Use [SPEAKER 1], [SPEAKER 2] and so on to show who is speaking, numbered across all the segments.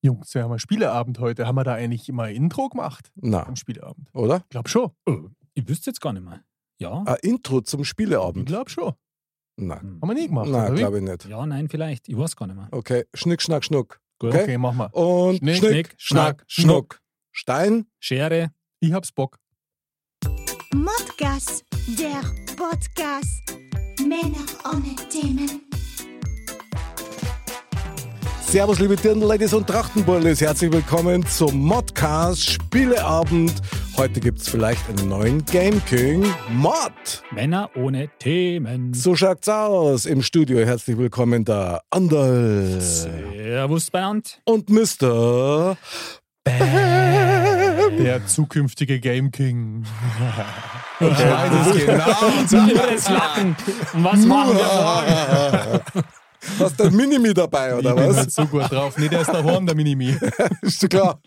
[SPEAKER 1] Jungs, wir haben einen Spieleabend heute. Haben wir da eigentlich immer ein Intro gemacht
[SPEAKER 2] Na,
[SPEAKER 1] am Spieleabend?
[SPEAKER 2] oder?
[SPEAKER 1] Glaub schon.
[SPEAKER 3] Ich wüsste jetzt gar nicht mehr. Ja?
[SPEAKER 2] Ein Intro zum
[SPEAKER 1] Ich
[SPEAKER 2] Spieleabend?
[SPEAKER 1] glaub schon.
[SPEAKER 2] Na,
[SPEAKER 3] Hm.
[SPEAKER 1] Haben wir nie gemacht.
[SPEAKER 2] na,
[SPEAKER 1] oder wie?
[SPEAKER 2] glaube ich nicht.
[SPEAKER 3] Ja, nein, vielleicht. Ich weiß gar nicht mehr.
[SPEAKER 2] Okay, Schnick, Schnack, Schnuck.
[SPEAKER 3] Gut.
[SPEAKER 2] Okay.
[SPEAKER 1] okay, mach mal.
[SPEAKER 2] Und
[SPEAKER 1] Schnick,
[SPEAKER 2] Schnick,
[SPEAKER 3] Schnick,
[SPEAKER 2] Schnack,
[SPEAKER 3] Schnack,
[SPEAKER 2] Schnuck. Stein,
[SPEAKER 3] Schere.
[SPEAKER 1] Ich hab's Bock.
[SPEAKER 4] Modcast, der Podcast. e Männer ohne Themen.
[SPEAKER 2] Servus, liebe Dirndl-Ladies und Trachtenbullis. Herzlich willkommen zum Modcast Spieleabend. Heute gibt's vielleicht einen neuen Game King Mod.
[SPEAKER 3] Männer ohne Themen.
[SPEAKER 2] So schaut's aus. Im Studio herzlich willkommen der Anderl
[SPEAKER 3] Servus benannt.
[SPEAKER 2] und Mr.
[SPEAKER 1] Der zukünftige Game King.
[SPEAKER 2] weiß es
[SPEAKER 3] genau. Irres Lachen. Und was machen wir
[SPEAKER 2] ah,
[SPEAKER 3] morgen?
[SPEAKER 2] Hast du ein Minimi dabei,
[SPEAKER 1] ich
[SPEAKER 2] oder
[SPEAKER 1] bin
[SPEAKER 2] was?
[SPEAKER 1] halt so gut drauf. Nee, der ist der Horn, der Minimi.
[SPEAKER 2] Ist dir klar.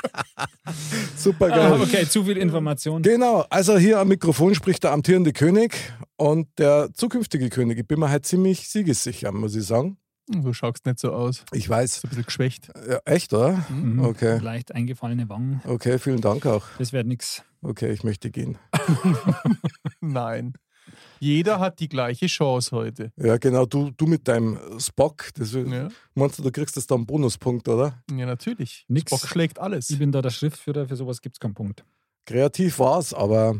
[SPEAKER 2] Super
[SPEAKER 3] Ah,
[SPEAKER 2] geil.
[SPEAKER 3] okay, zu viel Information.
[SPEAKER 2] Genau, also hier am Mikrofon spricht der amtierende König und der zukünftige König. Ich bin mir halt ziemlich siegessicher, muss ich sagen.
[SPEAKER 1] Du schaust nicht so aus.
[SPEAKER 2] Ich weiß.
[SPEAKER 1] Ist ein bisschen geschwächt.
[SPEAKER 2] Ja, echt, oder?
[SPEAKER 3] Mhm.
[SPEAKER 2] Okay.
[SPEAKER 3] Leicht eingefallene Wangen.
[SPEAKER 2] Okay, vielen Dank auch.
[SPEAKER 3] Das wird nix.
[SPEAKER 2] Okay, ich möchte gehen.
[SPEAKER 1] Nein. Jeder hat die gleiche Chance heute.
[SPEAKER 2] Ja, genau, du, du mit deinem Spock. Das,
[SPEAKER 1] Ja,
[SPEAKER 2] Meinst du, du kriegst das dann Bonuspunkt, oder?
[SPEAKER 1] ja natürlich.
[SPEAKER 3] Nix.
[SPEAKER 1] Bock schlägt alles.
[SPEAKER 3] Ich bin da der Schriftführer, für sowas gibt es keinen Punkt.
[SPEAKER 2] Kreativ war's, aber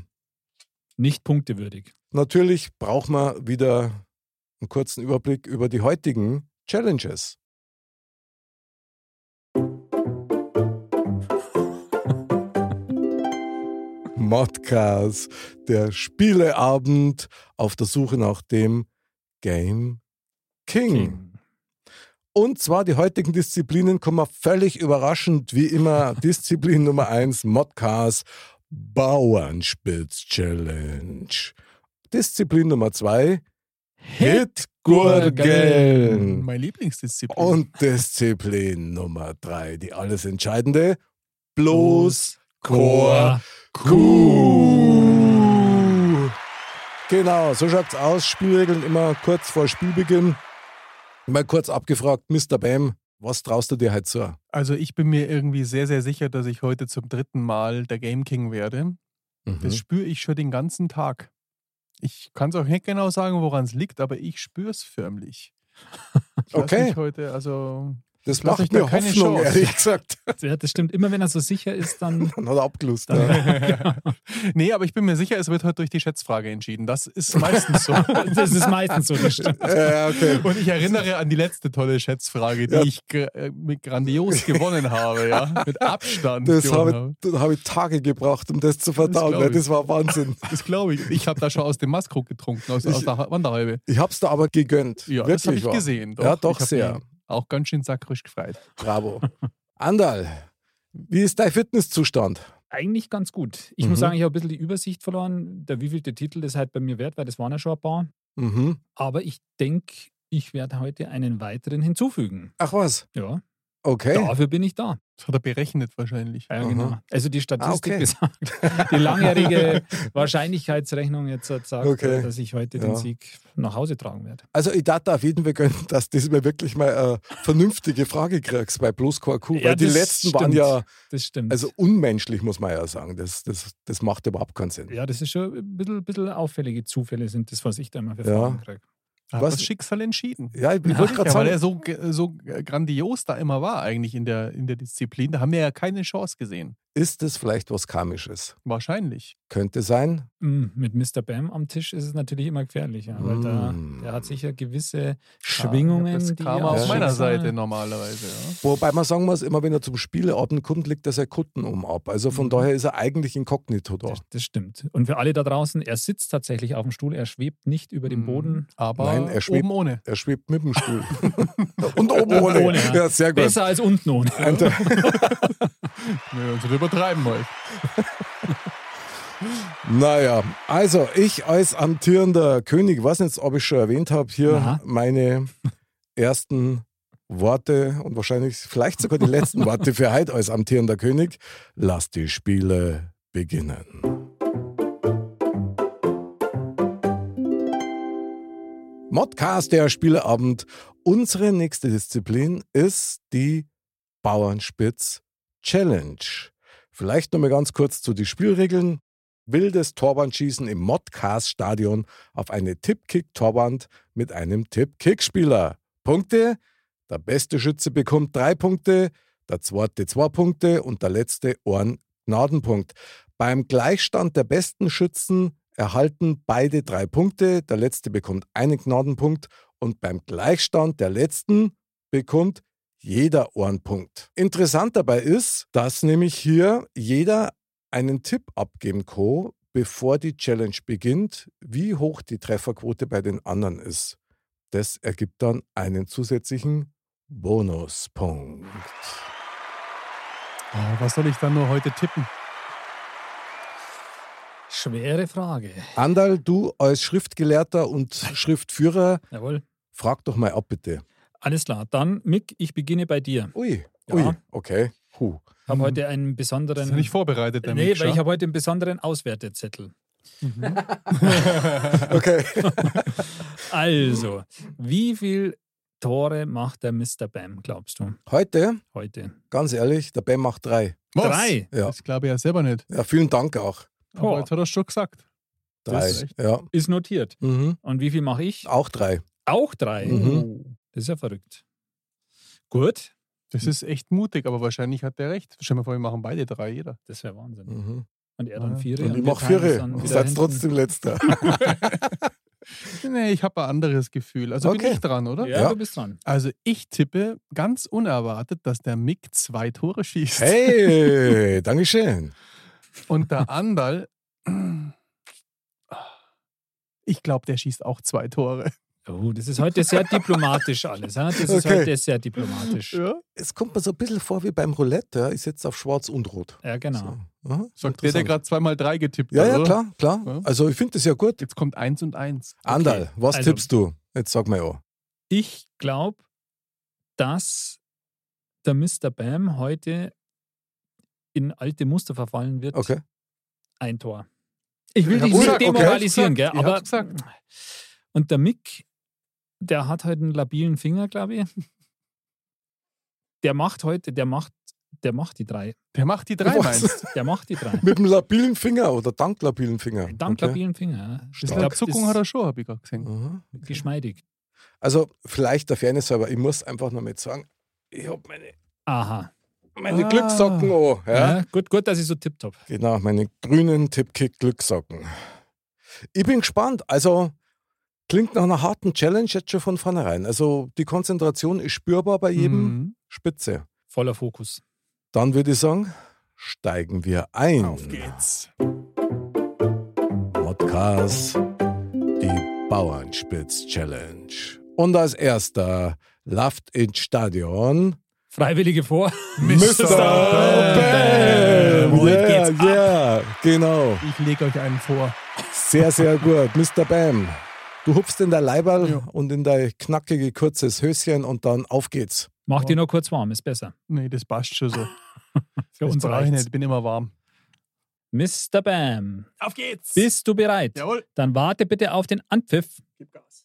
[SPEAKER 3] Nicht punktewürdig.
[SPEAKER 2] natürlich braucht man wieder einen kurzen Überblick über die heutigen Challenges. Modcast, der Spieleabend auf der Suche nach dem Game King. Und zwar die heutigen Disziplinen kommen wir völlig überraschend, wie immer. Disziplin Nummer 1, Modcast, Bauernspitz-Challenge. Disziplin Nummer 2, Hitgurgeln.
[SPEAKER 1] Hm, Meine Lieblingsdisziplin.
[SPEAKER 2] Und Disziplin Nummer 3, die alles entscheidende, bloß Chor. Kuh. Genau, so schaut's aus. Spielregeln immer kurz vor Spielbeginn. Mal kurz abgefragt, Mr. Bam, was traust du dir heute so?
[SPEAKER 1] Also ich bin mir irgendwie sehr, sehr sicher, dass ich heute zum dritten Mal der Game King werde. Das
[SPEAKER 2] Mhm.
[SPEAKER 1] spüre ich schon den ganzen Tag. Ich kann es auch nicht genau sagen, woran es liegt, aber ich spüre es förmlich. Ich lass
[SPEAKER 2] Okay.
[SPEAKER 1] mich heute, also
[SPEAKER 2] Das
[SPEAKER 1] lass ich
[SPEAKER 2] macht
[SPEAKER 1] da
[SPEAKER 2] mir
[SPEAKER 1] keine
[SPEAKER 2] Hoffnung,
[SPEAKER 1] Chance.
[SPEAKER 2] ehrlich gesagt.
[SPEAKER 3] Ja, das stimmt. Immer wenn er so sicher ist, dann.
[SPEAKER 2] Dann hat er abgelust. Ja.
[SPEAKER 1] nee, aber ich bin mir sicher, es wird heute durch die Schätzfrage entschieden. Das ist meistens so.
[SPEAKER 3] Das ist meistens so, das stimmt.
[SPEAKER 2] Ja, okay.
[SPEAKER 1] Und ich erinnere an die letzte tolle Schätzfrage, die
[SPEAKER 2] Ja.
[SPEAKER 1] ich gr- äh, mit grandios gewonnen habe, ja. Mit Abstand.
[SPEAKER 2] Das
[SPEAKER 1] gewonnen
[SPEAKER 2] habe ich, da hab ich Tage gebraucht, um das zu verdauen.
[SPEAKER 1] glaub
[SPEAKER 2] Das,
[SPEAKER 1] ich.
[SPEAKER 2] das war Wahnsinn.
[SPEAKER 1] Das glaube ich. Ich habe da schon aus dem Maskrug getrunken, aus, aus der Wanderhalbe.
[SPEAKER 2] Ich hab's da aber gegönnt.
[SPEAKER 1] Ja, das habe
[SPEAKER 2] Wirklich
[SPEAKER 1] ich
[SPEAKER 2] wahr.
[SPEAKER 1] gesehen. Doch.
[SPEAKER 2] Ja, doch
[SPEAKER 1] ich hab
[SPEAKER 2] sehr.
[SPEAKER 1] mich Auch ganz schön sakrisch gefreut.
[SPEAKER 2] Bravo. Andal, wie ist dein Fitnesszustand?
[SPEAKER 3] Eigentlich ganz gut. Ich
[SPEAKER 2] Mhm.
[SPEAKER 3] muss sagen, ich habe ein bisschen die Übersicht verloren, der wievielte Titel das halt bei mir wert, weil das waren ja schon ein paar.
[SPEAKER 2] Mhm.
[SPEAKER 3] Aber ich denke, ich werde heute einen weiteren hinzufügen.
[SPEAKER 2] Ach was,
[SPEAKER 3] Ja,
[SPEAKER 2] okay.
[SPEAKER 3] dafür bin ich da.
[SPEAKER 1] Das hat er berechnet wahrscheinlich.
[SPEAKER 3] Ja,
[SPEAKER 2] Aha. Ah,
[SPEAKER 3] genau. Also die Statistik
[SPEAKER 2] okay.
[SPEAKER 3] besagt, die langjährige Wahrscheinlichkeitsrechnung jetzt sagt,
[SPEAKER 2] Okay.
[SPEAKER 3] dass ich heute
[SPEAKER 2] Ja.
[SPEAKER 3] den Sieg nach Hause tragen werde.
[SPEAKER 2] Also ich dachte auf jeden Fall gönnen, dass das mir wirklich mal eine vernünftige Frage kriegst bei bloß keine Kuh. Weil
[SPEAKER 3] Ja,
[SPEAKER 2] die
[SPEAKER 3] das
[SPEAKER 2] letzten
[SPEAKER 3] stimmt.
[SPEAKER 2] waren ja
[SPEAKER 3] Das stimmt.
[SPEAKER 2] also unmenschlich, muss man ja sagen. Das, das, das macht überhaupt keinen Sinn.
[SPEAKER 3] ja, das ist schon ein bisschen, bisschen auffällige Zufälle sind das, was ich da immer für
[SPEAKER 2] Ja.
[SPEAKER 3] Fragen kriege.
[SPEAKER 1] Hat
[SPEAKER 2] Was-
[SPEAKER 1] das Schicksal entschieden.
[SPEAKER 2] Ja, ich, ich wollte gerade
[SPEAKER 1] Ja, weil
[SPEAKER 2] sagen,
[SPEAKER 1] er so, ge- so grandios da immer war, eigentlich in der, in der Disziplin. Da haben wir ja keine Chance gesehen.
[SPEAKER 2] ist das vielleicht was Karmisches?
[SPEAKER 1] Wahrscheinlich.
[SPEAKER 2] Könnte sein.
[SPEAKER 3] Mm, Mit Mr. Bam am Tisch ist es natürlich immer gefährlicher, weil da,
[SPEAKER 1] Hm.
[SPEAKER 3] der hat sicher gewisse Schwingungen.
[SPEAKER 1] Das
[SPEAKER 3] die
[SPEAKER 1] kam
[SPEAKER 3] auch
[SPEAKER 1] auf
[SPEAKER 2] Ja.
[SPEAKER 1] meiner
[SPEAKER 3] Schicksal-
[SPEAKER 1] Seite normalerweise. Ja.
[SPEAKER 2] Wobei man sagen muss, immer wenn er zum Spieleabend kommt, liegt er sein Kutten um ab. Also von
[SPEAKER 3] Mhm.
[SPEAKER 2] daher ist er eigentlich inkognito da.
[SPEAKER 3] Das, das stimmt. Und für alle da draußen, er sitzt tatsächlich auf dem Stuhl, er schwebt nicht über
[SPEAKER 1] Hm.
[SPEAKER 3] dem Boden.
[SPEAKER 1] Mhm. Aber
[SPEAKER 2] Nein, er schwebt-
[SPEAKER 1] oben ohne.
[SPEAKER 2] Er schwebt mit dem Stuhl. Und oben ohne.
[SPEAKER 3] ohne, ja.
[SPEAKER 2] Ja, sehr gut.
[SPEAKER 3] Besser als unten ohne.
[SPEAKER 1] Wir uns übertreiben wollen.
[SPEAKER 2] Naja, also ich als amtierender König, weiß nicht, ob ich schon erwähnt habe, hier
[SPEAKER 3] Aha.
[SPEAKER 2] meine ersten Worte und wahrscheinlich vielleicht sogar die letzten Worte für heute als amtierender König. Lass die Spiele beginnen. Modcast der Spieleabend. Unsere nächste Disziplin ist die Bauernspitz Challenge. Vielleicht nochmal ganz kurz zu den Spielregeln. Wildes Torwandschießen im Modcast-Stadion auf eine Tippkick-Torwand mit einem Tippkick-Spieler. Punkte? Der beste Schütze bekommt drei Punkte, der zweite zwei Punkte und der letzte einen Gnadenpunkt. Beim Gleichstand der besten Schützen erhalten beide drei Punkte, der letzte bekommt einen Gnadenpunkt und beim Gleichstand der letzten bekommt jeder einen Punkt. Interessant dabei ist, dass nämlich hier jeder einen Tipp abgeben Co, bevor die Challenge beginnt, wie hoch die Trefferquote bei den anderen ist. Das ergibt dann einen zusätzlichen Bonuspunkt.
[SPEAKER 1] Ah, was soll ich dann nur heute tippen?
[SPEAKER 3] Schwere Frage.
[SPEAKER 2] Andal, du als Schriftgelehrter und Schriftführer,
[SPEAKER 3] Jawohl.
[SPEAKER 2] frag doch mal ab, bitte.
[SPEAKER 3] Alles klar. Dann, Mick, ich beginne bei dir.
[SPEAKER 2] Ui,
[SPEAKER 3] Ja.
[SPEAKER 2] ui, okay. Huh.
[SPEAKER 3] Ich habe
[SPEAKER 1] Hm.
[SPEAKER 3] heute einen
[SPEAKER 1] Ist
[SPEAKER 3] besonderen.
[SPEAKER 1] ja nicht vorbereitet, der
[SPEAKER 3] nee,
[SPEAKER 1] Mensch,
[SPEAKER 3] weil ich
[SPEAKER 1] ja?
[SPEAKER 3] habe heute einen besonderen Auswertezettel.
[SPEAKER 1] Mhm.
[SPEAKER 2] Okay.
[SPEAKER 3] Also, wie viel Tore macht der Mr. Bam, glaubst du,
[SPEAKER 2] Heute,
[SPEAKER 3] heute?
[SPEAKER 2] ganz ehrlich, der Ben macht drei.
[SPEAKER 1] Was?
[SPEAKER 3] Drei.
[SPEAKER 2] Ja.
[SPEAKER 1] Das glaube ich ja selber nicht.
[SPEAKER 2] Ja, vielen Dank auch.
[SPEAKER 1] Aber
[SPEAKER 3] Boah.
[SPEAKER 1] jetzt hat er es schon gesagt.
[SPEAKER 2] Drei.
[SPEAKER 1] Das ist echt-
[SPEAKER 2] Ja.
[SPEAKER 3] Ist notiert.
[SPEAKER 2] Mhm.
[SPEAKER 3] Und wie viel mache ich?
[SPEAKER 2] Auch drei.
[SPEAKER 3] Auch drei.
[SPEAKER 2] Mhm.
[SPEAKER 3] Das ist ja verrückt. Gut,
[SPEAKER 1] Das ist echt mutig, aber wahrscheinlich hat der recht. Stell dir mal vor, wir machen beide drei, jeder.
[SPEAKER 3] das wäre Wahnsinn.
[SPEAKER 2] Mhm.
[SPEAKER 3] Und er dann
[SPEAKER 1] Ja.
[SPEAKER 3] vier.
[SPEAKER 2] Und ich mach vier. Und seid trotzdem letzter.
[SPEAKER 1] Nee, ich habe ein anderes Gefühl. Also
[SPEAKER 2] Okay.
[SPEAKER 1] bin ich dran, oder?
[SPEAKER 3] Ja,
[SPEAKER 2] Ja.
[SPEAKER 3] du bist dran.
[SPEAKER 1] Also ich tippe ganz unerwartet, dass der Mick zwei Tore schießt.
[SPEAKER 2] Hey, Dankeschön.
[SPEAKER 1] Und der Andal, ich glaube, der schießt auch zwei Tore.
[SPEAKER 3] Oh, das ist heute sehr diplomatisch alles. Ja? Das ist
[SPEAKER 2] Okay.
[SPEAKER 3] heute sehr diplomatisch. Ja,
[SPEAKER 2] Es kommt mir so ein bisschen vor wie beim Roulette. ja. Ich setze auf schwarz und rot.
[SPEAKER 3] genau.
[SPEAKER 2] So. Aha,
[SPEAKER 1] Sagt der, der
[SPEAKER 2] interessant.
[SPEAKER 1] gerade zweimal drei getippt
[SPEAKER 2] Ja,
[SPEAKER 1] hat,
[SPEAKER 2] ja,
[SPEAKER 1] oder?
[SPEAKER 2] klar, klar.
[SPEAKER 1] Ja.
[SPEAKER 2] Also ich finde das ja gut.
[SPEAKER 1] Jetzt kommt eins und eins.
[SPEAKER 2] Andal, was
[SPEAKER 3] also-
[SPEAKER 2] tippst du? Jetzt sag mal ja.
[SPEAKER 3] Ich glaube, dass der Mr. Bam heute in alte Muster verfallen wird.
[SPEAKER 2] Okay.
[SPEAKER 3] Ein Tor. Ich will dich
[SPEAKER 2] hab's
[SPEAKER 3] nicht
[SPEAKER 2] gesagt, okay.
[SPEAKER 3] demoralisieren,
[SPEAKER 1] Ich hab's
[SPEAKER 3] gell? Aber
[SPEAKER 1] gesagt, ich
[SPEAKER 3] und der Mick, der hat heute einen labilen Finger, glaube ich. Der macht heute, der macht, der macht die drei.
[SPEAKER 1] Der macht die drei,
[SPEAKER 2] Was?
[SPEAKER 1] meinst du?
[SPEAKER 3] Der macht die drei.
[SPEAKER 2] Mit dem labilen Finger oder dank labilen Finger.
[SPEAKER 3] Dank
[SPEAKER 2] okay.
[SPEAKER 3] labilen Finger. ja. Ich
[SPEAKER 1] Das
[SPEAKER 2] Stark.
[SPEAKER 1] ist eine
[SPEAKER 3] glaub,
[SPEAKER 1] Zuckung
[SPEAKER 3] das
[SPEAKER 1] hat er schon, habe ich gerade gesehen.
[SPEAKER 2] Aha.
[SPEAKER 3] geschmeidig.
[SPEAKER 2] Also vielleicht der Fairness halber, ich muss einfach noch mal sagen, ich habe meine,
[SPEAKER 3] Aha.
[SPEAKER 2] meine
[SPEAKER 1] Ah.
[SPEAKER 2] Glückssocken an. Ja?
[SPEAKER 3] Ja? gut, gut, dass ich so tipptopp.
[SPEAKER 2] Genau, meine grünen Tippkick-Glückssocken. Ich bin gespannt. Also klingt nach einer harten Challenge jetzt schon von vornherein. Also die Konzentration ist spürbar bei jedem.
[SPEAKER 1] Mhm.
[SPEAKER 2] Spitze.
[SPEAKER 3] Voller Fokus.
[SPEAKER 2] Dann würde ich sagen, steigen wir ein.
[SPEAKER 1] Auf geht's.
[SPEAKER 2] Podcast, die Bauernspitz-Challenge. Und als erster Laft ins Stadion.
[SPEAKER 3] Freiwillige vor.
[SPEAKER 2] Mr.
[SPEAKER 1] Bam!
[SPEAKER 2] Bam!
[SPEAKER 3] Heute
[SPEAKER 2] Yeah,
[SPEAKER 3] geht's ab.
[SPEAKER 2] yeah, genau.
[SPEAKER 1] Ich lege euch einen vor.
[SPEAKER 2] Sehr, sehr gut. Mr. Bam, du hupfst in der Leiberl
[SPEAKER 1] Ja.
[SPEAKER 2] und in dein knackige, kurzes Höschen und dann auf geht's.
[SPEAKER 3] Mach die noch kurz warm, ist besser.
[SPEAKER 1] Nee, das passt schon so.
[SPEAKER 3] Für
[SPEAKER 1] das
[SPEAKER 3] uns
[SPEAKER 1] brauche ich nicht,
[SPEAKER 3] reicht's.
[SPEAKER 1] ich bin immer warm.
[SPEAKER 3] Mr. Bam,
[SPEAKER 1] Auf geht's!
[SPEAKER 3] bist du bereit?
[SPEAKER 1] Jawohl.
[SPEAKER 3] Dann warte bitte auf den Anpfiff.
[SPEAKER 1] Gib Gas.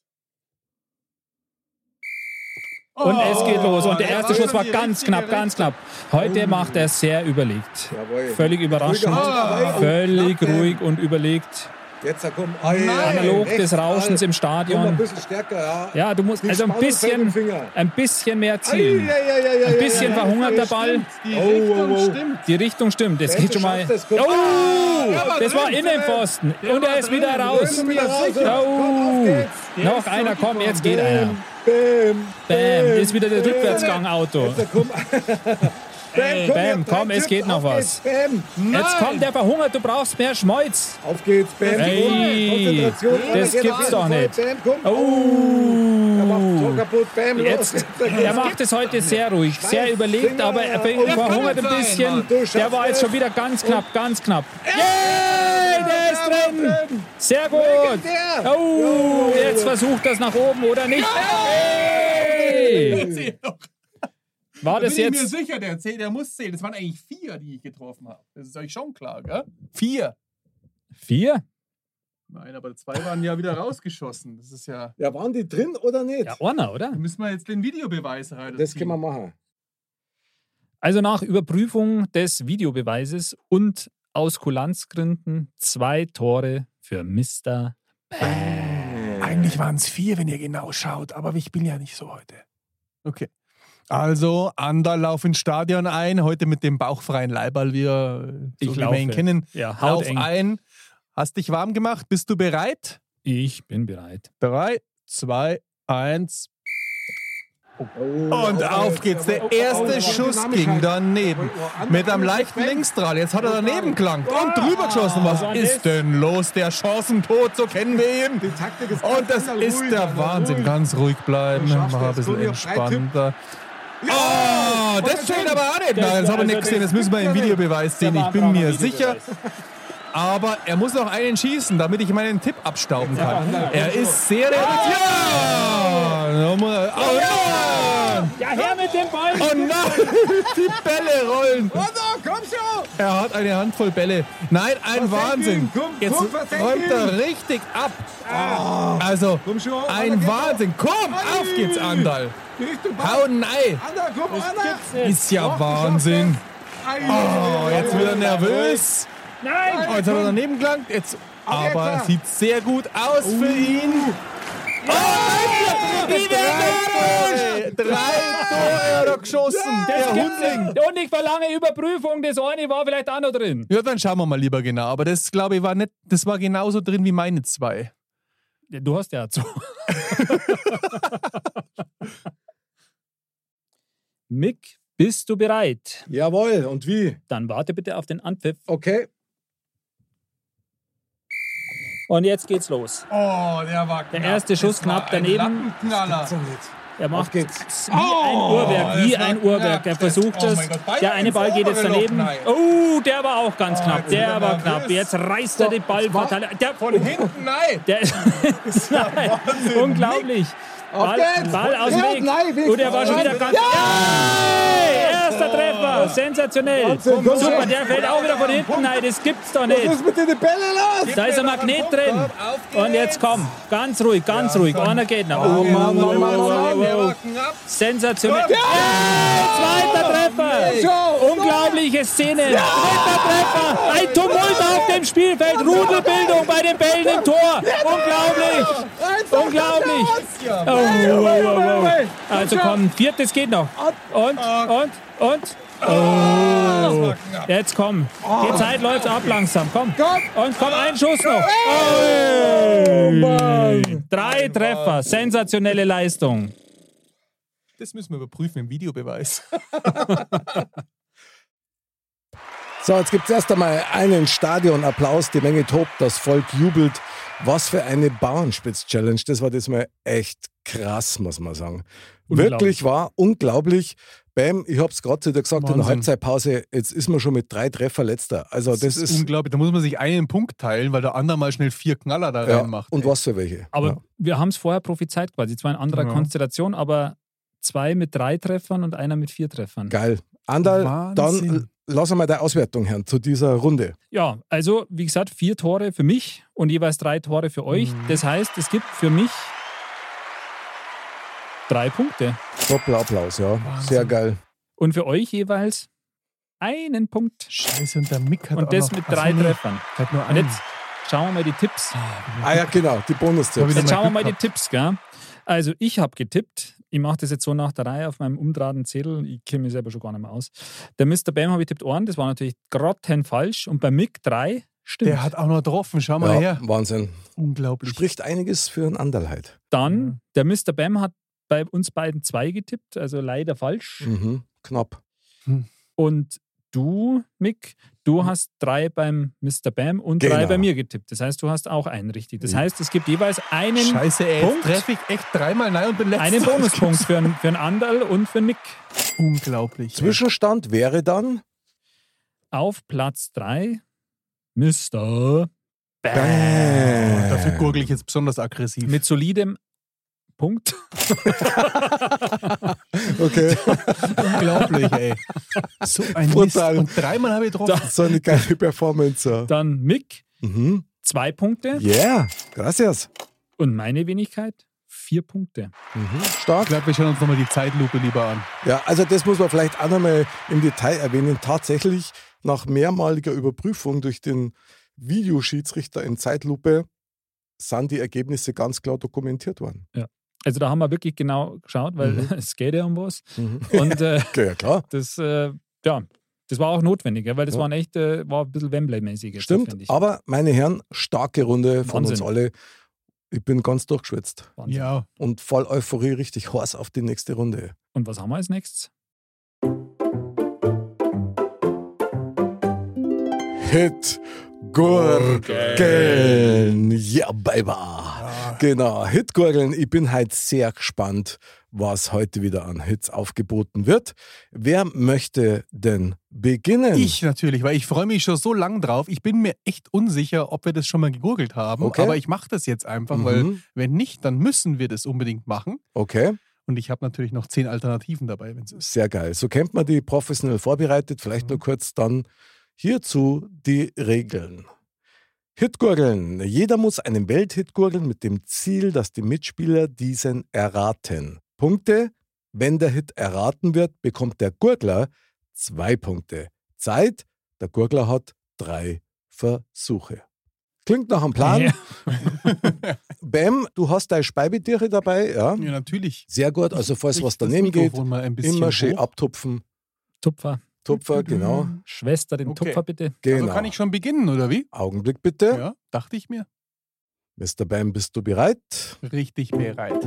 [SPEAKER 3] Und
[SPEAKER 1] Oh,
[SPEAKER 3] es geht los. Und der
[SPEAKER 1] da
[SPEAKER 3] erste Schuss war
[SPEAKER 1] die
[SPEAKER 3] ganz
[SPEAKER 1] richtige
[SPEAKER 3] knapp, ganz knapp. Heute macht er sehr überlegt.
[SPEAKER 2] Jawohl. ah,
[SPEAKER 3] Völlig überraschend.
[SPEAKER 1] Hand dabei.
[SPEAKER 3] Völlig ruhig und überlegt.
[SPEAKER 2] Jetzt ah, komm,
[SPEAKER 3] Analog des
[SPEAKER 2] ah,
[SPEAKER 3] Rauschens im Stadion.
[SPEAKER 2] bisschen stärker, ja.
[SPEAKER 3] Ja, du musst also ein bisschen, ein bisschen mehr zielen. Ein bisschen verhungert der Ball.
[SPEAKER 1] Die
[SPEAKER 2] Oh,
[SPEAKER 1] Richtung
[SPEAKER 2] oh, oh.
[SPEAKER 1] stimmt.
[SPEAKER 3] Die Richtung stimmt. Das
[SPEAKER 2] Wenn
[SPEAKER 3] geht
[SPEAKER 2] du
[SPEAKER 3] schon mal.
[SPEAKER 2] schaffst, das kommt-
[SPEAKER 3] Oh,
[SPEAKER 2] Ah,
[SPEAKER 3] das war in den Pfosten. Und er ist wieder raus. Oh, noch einer, komm, jetzt geht einer. Bam, das ist wieder das Rückwärtsgang-Auto. Ey, Bam, komm, es geht noch was. Jetzt kommt der verhungert, du brauchst mehr Schmolz.
[SPEAKER 2] Auf geht's, Bam.
[SPEAKER 3] Ey, das gibt's doch nicht. Oh, jetzt, er macht es heute sehr ruhig, sehr überlegt, aber er ver- verhungert ein bisschen. Der war jetzt schon wieder ganz knapp, ganz knapp. Yay, der Oh. ist drin. Sehr gut. Oh, jetzt versucht das nach oben, oder nicht? Ey.
[SPEAKER 1] Zähl doch.
[SPEAKER 3] War
[SPEAKER 1] Da
[SPEAKER 3] das
[SPEAKER 1] bin ich mir
[SPEAKER 3] jetzt?
[SPEAKER 1] sicher, der, zählt, der muss zählen. Das waren eigentlich vier, die ich getroffen habe. Das ist euch schon klar, gell? Vier.
[SPEAKER 3] Vier?
[SPEAKER 1] Nein, aber zwei waren ja wieder rausgeschossen. Das ist ja.
[SPEAKER 2] Ja, waren die drin oder nicht?
[SPEAKER 3] Ja, einer, oder?
[SPEAKER 1] Da müssen wir jetzt den Videobeweis rein.
[SPEAKER 2] Das können wir machen.
[SPEAKER 3] Also nach Überprüfung des Videobeweises und aus Kulanzgründen zwei Tore für Mr. Bam.
[SPEAKER 1] Eigentlich waren es vier, wenn ihr genau schaut, aber ich bin ja nicht so heute. Okay. Also, Andal lauf ins Stadion ein, heute mit dem bauchfreien Leiberl, wie, wir- äh, so
[SPEAKER 3] Ich
[SPEAKER 1] wie wir ihn
[SPEAKER 3] laufe.
[SPEAKER 1] kennen.
[SPEAKER 3] Ja,
[SPEAKER 1] Lauf
[SPEAKER 3] hauteng.
[SPEAKER 1] ein. Hast dich warm gemacht? Bist du bereit?
[SPEAKER 3] Ich bin bereit.
[SPEAKER 1] Drei, zwei, eins. Und auf geht's. Der erste Schuss ging daneben. Mit einem leichten Linksdrall. Jetzt hat er daneben gelangt und drüber geschossen. Was ist denn los? Der Chancentod, so kennen wir ihn. Und das ist der Wahnsinn. Ganz ruhig bleiben. Mal ein bisschen entspannter. Oh, das zählt aber auch nicht. Nein, das haben wir nicht gesehen. Das müssen wir im Videobeweis sehen. Ich bin mir sicher. Aber er muss noch einen schießen, damit ich meinen Tipp abstauben kann. Er ist sehr reduziert. Ja! Nochmal. Oh nein!
[SPEAKER 3] Ja, her mit dem Ball!
[SPEAKER 1] Oh nein! Die Bälle rollen.
[SPEAKER 5] komm schon!
[SPEAKER 1] Er hat eine Handvoll Bälle. Nein, ein
[SPEAKER 5] Versenk
[SPEAKER 1] Wahnsinn.
[SPEAKER 5] ihn, komm,
[SPEAKER 1] Jetzt
[SPEAKER 5] komm, versenk
[SPEAKER 1] räumt er
[SPEAKER 5] ihn.
[SPEAKER 1] richtig ab. Also,
[SPEAKER 5] Ah. Komm schon,
[SPEAKER 1] ein
[SPEAKER 5] Anna,
[SPEAKER 1] Wahnsinn. Komm,
[SPEAKER 5] Ei.
[SPEAKER 1] auf geht's, Andal.
[SPEAKER 5] Die Richtung
[SPEAKER 1] Hau nein.
[SPEAKER 5] Anna, komm, Anna!
[SPEAKER 1] Ist ja Wahnsinn. Oh, jetzt wird er nervös.
[SPEAKER 3] Nein!
[SPEAKER 1] Oh, jetzt hat er daneben gelangt. Jetzt, aber
[SPEAKER 5] jetzt, Uh. ja.
[SPEAKER 1] sieht sehr gut aus für ihn. Oh, die Tore! Drei Tore hat er geschossen. Der Hundling.
[SPEAKER 3] Und ich verlange Überprüfung. Das eine war vielleicht auch noch drin.
[SPEAKER 1] Ja, dann schauen wir mal lieber genau. Aber das, glaube ich, war nicht, das war genauso drin wie meine zwei.
[SPEAKER 3] Du hast ja zu. Mick, bist du bereit?
[SPEAKER 2] Jawohl, und wie?
[SPEAKER 3] Dann warte bitte auf den Anpfiff.
[SPEAKER 2] Okay.
[SPEAKER 3] Und jetzt geht's los.
[SPEAKER 1] Oh, der war
[SPEAKER 3] Der erste Schuss knapp daneben.
[SPEAKER 1] Knaller.
[SPEAKER 3] Er macht
[SPEAKER 2] geht's.
[SPEAKER 3] es wie ein Uhrwerk, wie
[SPEAKER 1] das war
[SPEAKER 3] ein Uhrwerk. Er
[SPEAKER 1] knapp.
[SPEAKER 3] versucht
[SPEAKER 1] Oh mein
[SPEAKER 3] es.
[SPEAKER 1] Gott, beide
[SPEAKER 3] Der eine
[SPEAKER 1] ins
[SPEAKER 3] Ball geht
[SPEAKER 1] obere
[SPEAKER 3] jetzt
[SPEAKER 1] Loch,
[SPEAKER 3] daneben.
[SPEAKER 1] nein.
[SPEAKER 3] Oh, der war auch ganz knapp.
[SPEAKER 1] jetzt
[SPEAKER 3] Der
[SPEAKER 1] wird er
[SPEAKER 3] war
[SPEAKER 1] nervös.
[SPEAKER 3] knapp. Jetzt reißt er den Ball fatal. Der von
[SPEAKER 1] Hinten, nein.
[SPEAKER 3] Der nein, unglaublich. Ball,
[SPEAKER 2] geht's!
[SPEAKER 3] Ball aus dem
[SPEAKER 2] Ja,
[SPEAKER 3] Weg.
[SPEAKER 2] nein, Weg.
[SPEAKER 3] Und er war schon wieder ganz. Ja! Erster Treffer, sensationell.
[SPEAKER 2] Wahnsinn, komm
[SPEAKER 3] Super,
[SPEAKER 2] schon.
[SPEAKER 3] der fällt auch wieder von hinten. Nein, das gibt's doch
[SPEAKER 2] Was
[SPEAKER 3] nicht.
[SPEAKER 2] ist mit den Bällen los?
[SPEAKER 3] Da ist ein Magnet drin. Und jetzt komm, ganz ruhig, ganz ruhig. Einer geht noch. Oh,
[SPEAKER 2] Mann, oh, Mann, oh, Mann.
[SPEAKER 1] Der war knapp.
[SPEAKER 3] Sensationell. Ja! Zweiter Treffer. Unglaubliche Szene. Dritter Treffer. Ein Tumult auf dem Spielfeld. Rudelbildung bei den Bällen im Tor. Unglaublich. Unglaublich. Oh, oh, oh, oh. Also komm, viertes geht noch. Und, und, und. Oh. Jetzt komm. Die Zeit läuft ab langsam. Komm. Und komm, ein Schuss noch. Oh. Drei Treffer. Sensationelle Leistung.
[SPEAKER 1] Das müssen wir überprüfen im Videobeweis.
[SPEAKER 2] So, jetzt gibt es erst einmal einen Stadionapplaus. Die Menge tobt, das Volk jubelt. Was für eine Bauernspitz-Challenge. Das war diesmal echt krass, muss man sagen.
[SPEAKER 3] Unglaublich.
[SPEAKER 2] Wirklich war unglaublich. Bam, ich hab's gerade zu dir gesagt in der
[SPEAKER 1] Wahnsinn.
[SPEAKER 2] Halbzeitpause. Jetzt ist man schon mit drei Treffer letzter. Also, das, ist.
[SPEAKER 1] unglaublich. Da muss man sich einen Punkt teilen, weil der andere mal schnell vier Knaller da
[SPEAKER 2] ja,
[SPEAKER 1] reinmacht.
[SPEAKER 2] und
[SPEAKER 1] ey.
[SPEAKER 2] was für welche?
[SPEAKER 3] Aber
[SPEAKER 2] ja.
[SPEAKER 3] wir haben es vorher prophezeit quasi. Zwar in anderer
[SPEAKER 1] Ja.
[SPEAKER 3] Konstellation, aber zwei mit drei Treffern und einer mit vier Treffern.
[SPEAKER 2] Geil. Andal,
[SPEAKER 1] Wahnsinn.
[SPEAKER 2] dann lass einmal deine Auswertung hören zu dieser Runde.
[SPEAKER 3] Ja, also wie gesagt, vier Tore für mich und jeweils drei Tore für euch.
[SPEAKER 1] Mhm.
[SPEAKER 3] Das heißt, es gibt für mich drei Punkte
[SPEAKER 2] Doppelapplaus, ja. Sehr geil.
[SPEAKER 3] und für euch jeweils einen Punkt.
[SPEAKER 1] Scheiße, und der Mick hat auch
[SPEAKER 3] Und das
[SPEAKER 1] noch,
[SPEAKER 3] mit
[SPEAKER 1] Ach so,
[SPEAKER 3] drei
[SPEAKER 1] nee,
[SPEAKER 3] Treffern.
[SPEAKER 1] Hat nur
[SPEAKER 3] Und
[SPEAKER 1] einen.
[SPEAKER 3] jetzt schauen wir mal die Tipps.
[SPEAKER 2] Ah ja, genau, die Bonus-Tipps.
[SPEAKER 1] Hab
[SPEAKER 3] Jetzt
[SPEAKER 1] wieder mal
[SPEAKER 3] schauen wir mal
[SPEAKER 1] Glück
[SPEAKER 3] die Tipps, gell? Also ich habe getippt. Ich mache das jetzt so nach der Reihe auf meinem umdrahten Zettel. Ich kenne mich selber schon gar nicht mehr aus. Der Mr. Bam habe ich tippt einen, das war natürlich grottenfalsch. Und bei Mick drei stimmt.
[SPEAKER 1] Der hat auch noch getroffen. Schau mal
[SPEAKER 2] ja,
[SPEAKER 1] her.
[SPEAKER 2] Wahnsinn.
[SPEAKER 1] Unglaublich.
[SPEAKER 2] Spricht einiges für einen Andal halt.
[SPEAKER 3] Dann, der Mr. Bam hat bei uns beiden zwei getippt, also leider falsch.
[SPEAKER 2] Mhm. Knapp.
[SPEAKER 3] Und du, Mick,
[SPEAKER 1] Mhm.
[SPEAKER 3] du hast drei beim Mr. Bam und drei
[SPEAKER 2] Genau.
[SPEAKER 3] bei mir getippt. Das heißt, du hast auch einen richtig. Das heißt, es gibt jeweils einen,
[SPEAKER 1] Mhm. Scheiße, ey.
[SPEAKER 3] Punkt.
[SPEAKER 1] Jetzt treffe ich echt dreimal nein und bin letzter.
[SPEAKER 3] einen Bonuspunkt für einen, für einen Anderl und für einen Mick.
[SPEAKER 1] Unglaublich. ey.
[SPEAKER 2] Zwischenstand wäre dann
[SPEAKER 3] Auf Platz 3 Mr.
[SPEAKER 1] Äh,
[SPEAKER 2] Äh.
[SPEAKER 1] Und Dafür gurgel ich jetzt besonders aggressiv.
[SPEAKER 3] mit solidem Punkt.
[SPEAKER 2] okay,
[SPEAKER 1] unglaublich, ey. So ein
[SPEAKER 2] Brutal.
[SPEAKER 1] Mist. Und dreimal habe ich getroffen.
[SPEAKER 2] so eine geile Performance. ja.
[SPEAKER 3] Dann Mick,
[SPEAKER 2] Mhm.
[SPEAKER 3] zwei Punkte.
[SPEAKER 2] Yeah, gracias.
[SPEAKER 3] Und meine Wenigkeit, vier Punkte.
[SPEAKER 2] Mhm.
[SPEAKER 1] Ich
[SPEAKER 2] Stark.
[SPEAKER 1] glaube, wir schauen uns nochmal die Zeitlupe lieber an.
[SPEAKER 2] Ja, also das muss man vielleicht auch nochmal im Detail erwähnen. Tatsächlich nach mehrmaliger Überprüfung durch den Videoschiedsrichter in Zeitlupe sind die Ergebnisse ganz klar dokumentiert worden.
[SPEAKER 3] Also da haben wir wirklich genau geschaut, weil
[SPEAKER 2] Mhm.
[SPEAKER 3] es geht ja um was.
[SPEAKER 2] Mhm.
[SPEAKER 3] Und äh,
[SPEAKER 2] Okay, ja klar.
[SPEAKER 3] das, äh, ja, das war auch notwendig, ja, weil das
[SPEAKER 2] Ja.
[SPEAKER 3] waren echt, äh, war ein bisschen Wembley-mäßig. jetzt, finde
[SPEAKER 2] Stimmt.
[SPEAKER 3] ich.
[SPEAKER 2] Aber meine Herren, starke Runde von
[SPEAKER 3] Wahnsinn.
[SPEAKER 2] uns alle. Ich bin ganz durchgeschwitzt
[SPEAKER 3] Wahnsinn.
[SPEAKER 1] Ja,
[SPEAKER 2] und voll Euphorie richtig heiß auf die nächste Runde.
[SPEAKER 3] Und was haben wir als nächstes?
[SPEAKER 2] Hit Gurgeln. Ja, Baby. Genau, Hitgurgeln. Ich bin halt sehr gespannt, was heute wieder an Hits aufgeboten wird. Wer möchte denn beginnen?
[SPEAKER 1] ich natürlich, weil ich freue mich schon so lang drauf. Ich bin mir echt unsicher, ob wir das schon mal gegurgelt haben,
[SPEAKER 2] Okay.
[SPEAKER 1] aber ich mache das jetzt einfach, weil
[SPEAKER 2] Mhm.
[SPEAKER 1] wenn nicht, dann müssen wir das unbedingt machen.
[SPEAKER 2] Okay,
[SPEAKER 1] Und ich habe natürlich noch zehn Alternativen dabei, wenn es ist.
[SPEAKER 2] sehr geil. So kennt man die professionell vorbereitet. Vielleicht
[SPEAKER 1] Mhm.
[SPEAKER 2] nur kurz dann hierzu die Regeln. Hitgurgeln. Jeder muss einen Welthit gurgeln mit dem Ziel, dass die Mitspieler diesen erraten. Punkte. Wenn der Hit erraten wird, bekommt der Gurgler zwei Punkte. Zeit. Der Gurgler hat drei Versuche. Klingt nach einem Plan.
[SPEAKER 3] Ja.
[SPEAKER 2] Bam, du hast deine Speibetiere dabei. Ja.
[SPEAKER 1] Ja, natürlich.
[SPEAKER 2] Sehr gut. Also falls
[SPEAKER 1] Ich-
[SPEAKER 2] was
[SPEAKER 1] das
[SPEAKER 2] daneben geht,
[SPEAKER 1] Mikrofon mal ein bisschen
[SPEAKER 2] immer schön
[SPEAKER 1] hoch.
[SPEAKER 2] abtupfen.
[SPEAKER 3] Tupfer,
[SPEAKER 2] Tupfer, genau.
[SPEAKER 3] Schwester, den
[SPEAKER 1] Okay.
[SPEAKER 3] Tupfer bitte.
[SPEAKER 2] Genau.
[SPEAKER 1] Also Mhm. kann ich schon beginnen, oder wie?
[SPEAKER 2] Augenblick bitte.
[SPEAKER 1] Ja, dachte ich mir.
[SPEAKER 2] Mr. Bam, bist du bereit?
[SPEAKER 1] Richtig bereit.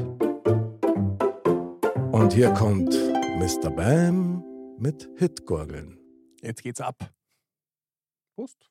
[SPEAKER 2] Und hier kommt Mr. Bam mit Hitgurgeln.
[SPEAKER 1] Jetzt geht's ab. Prost.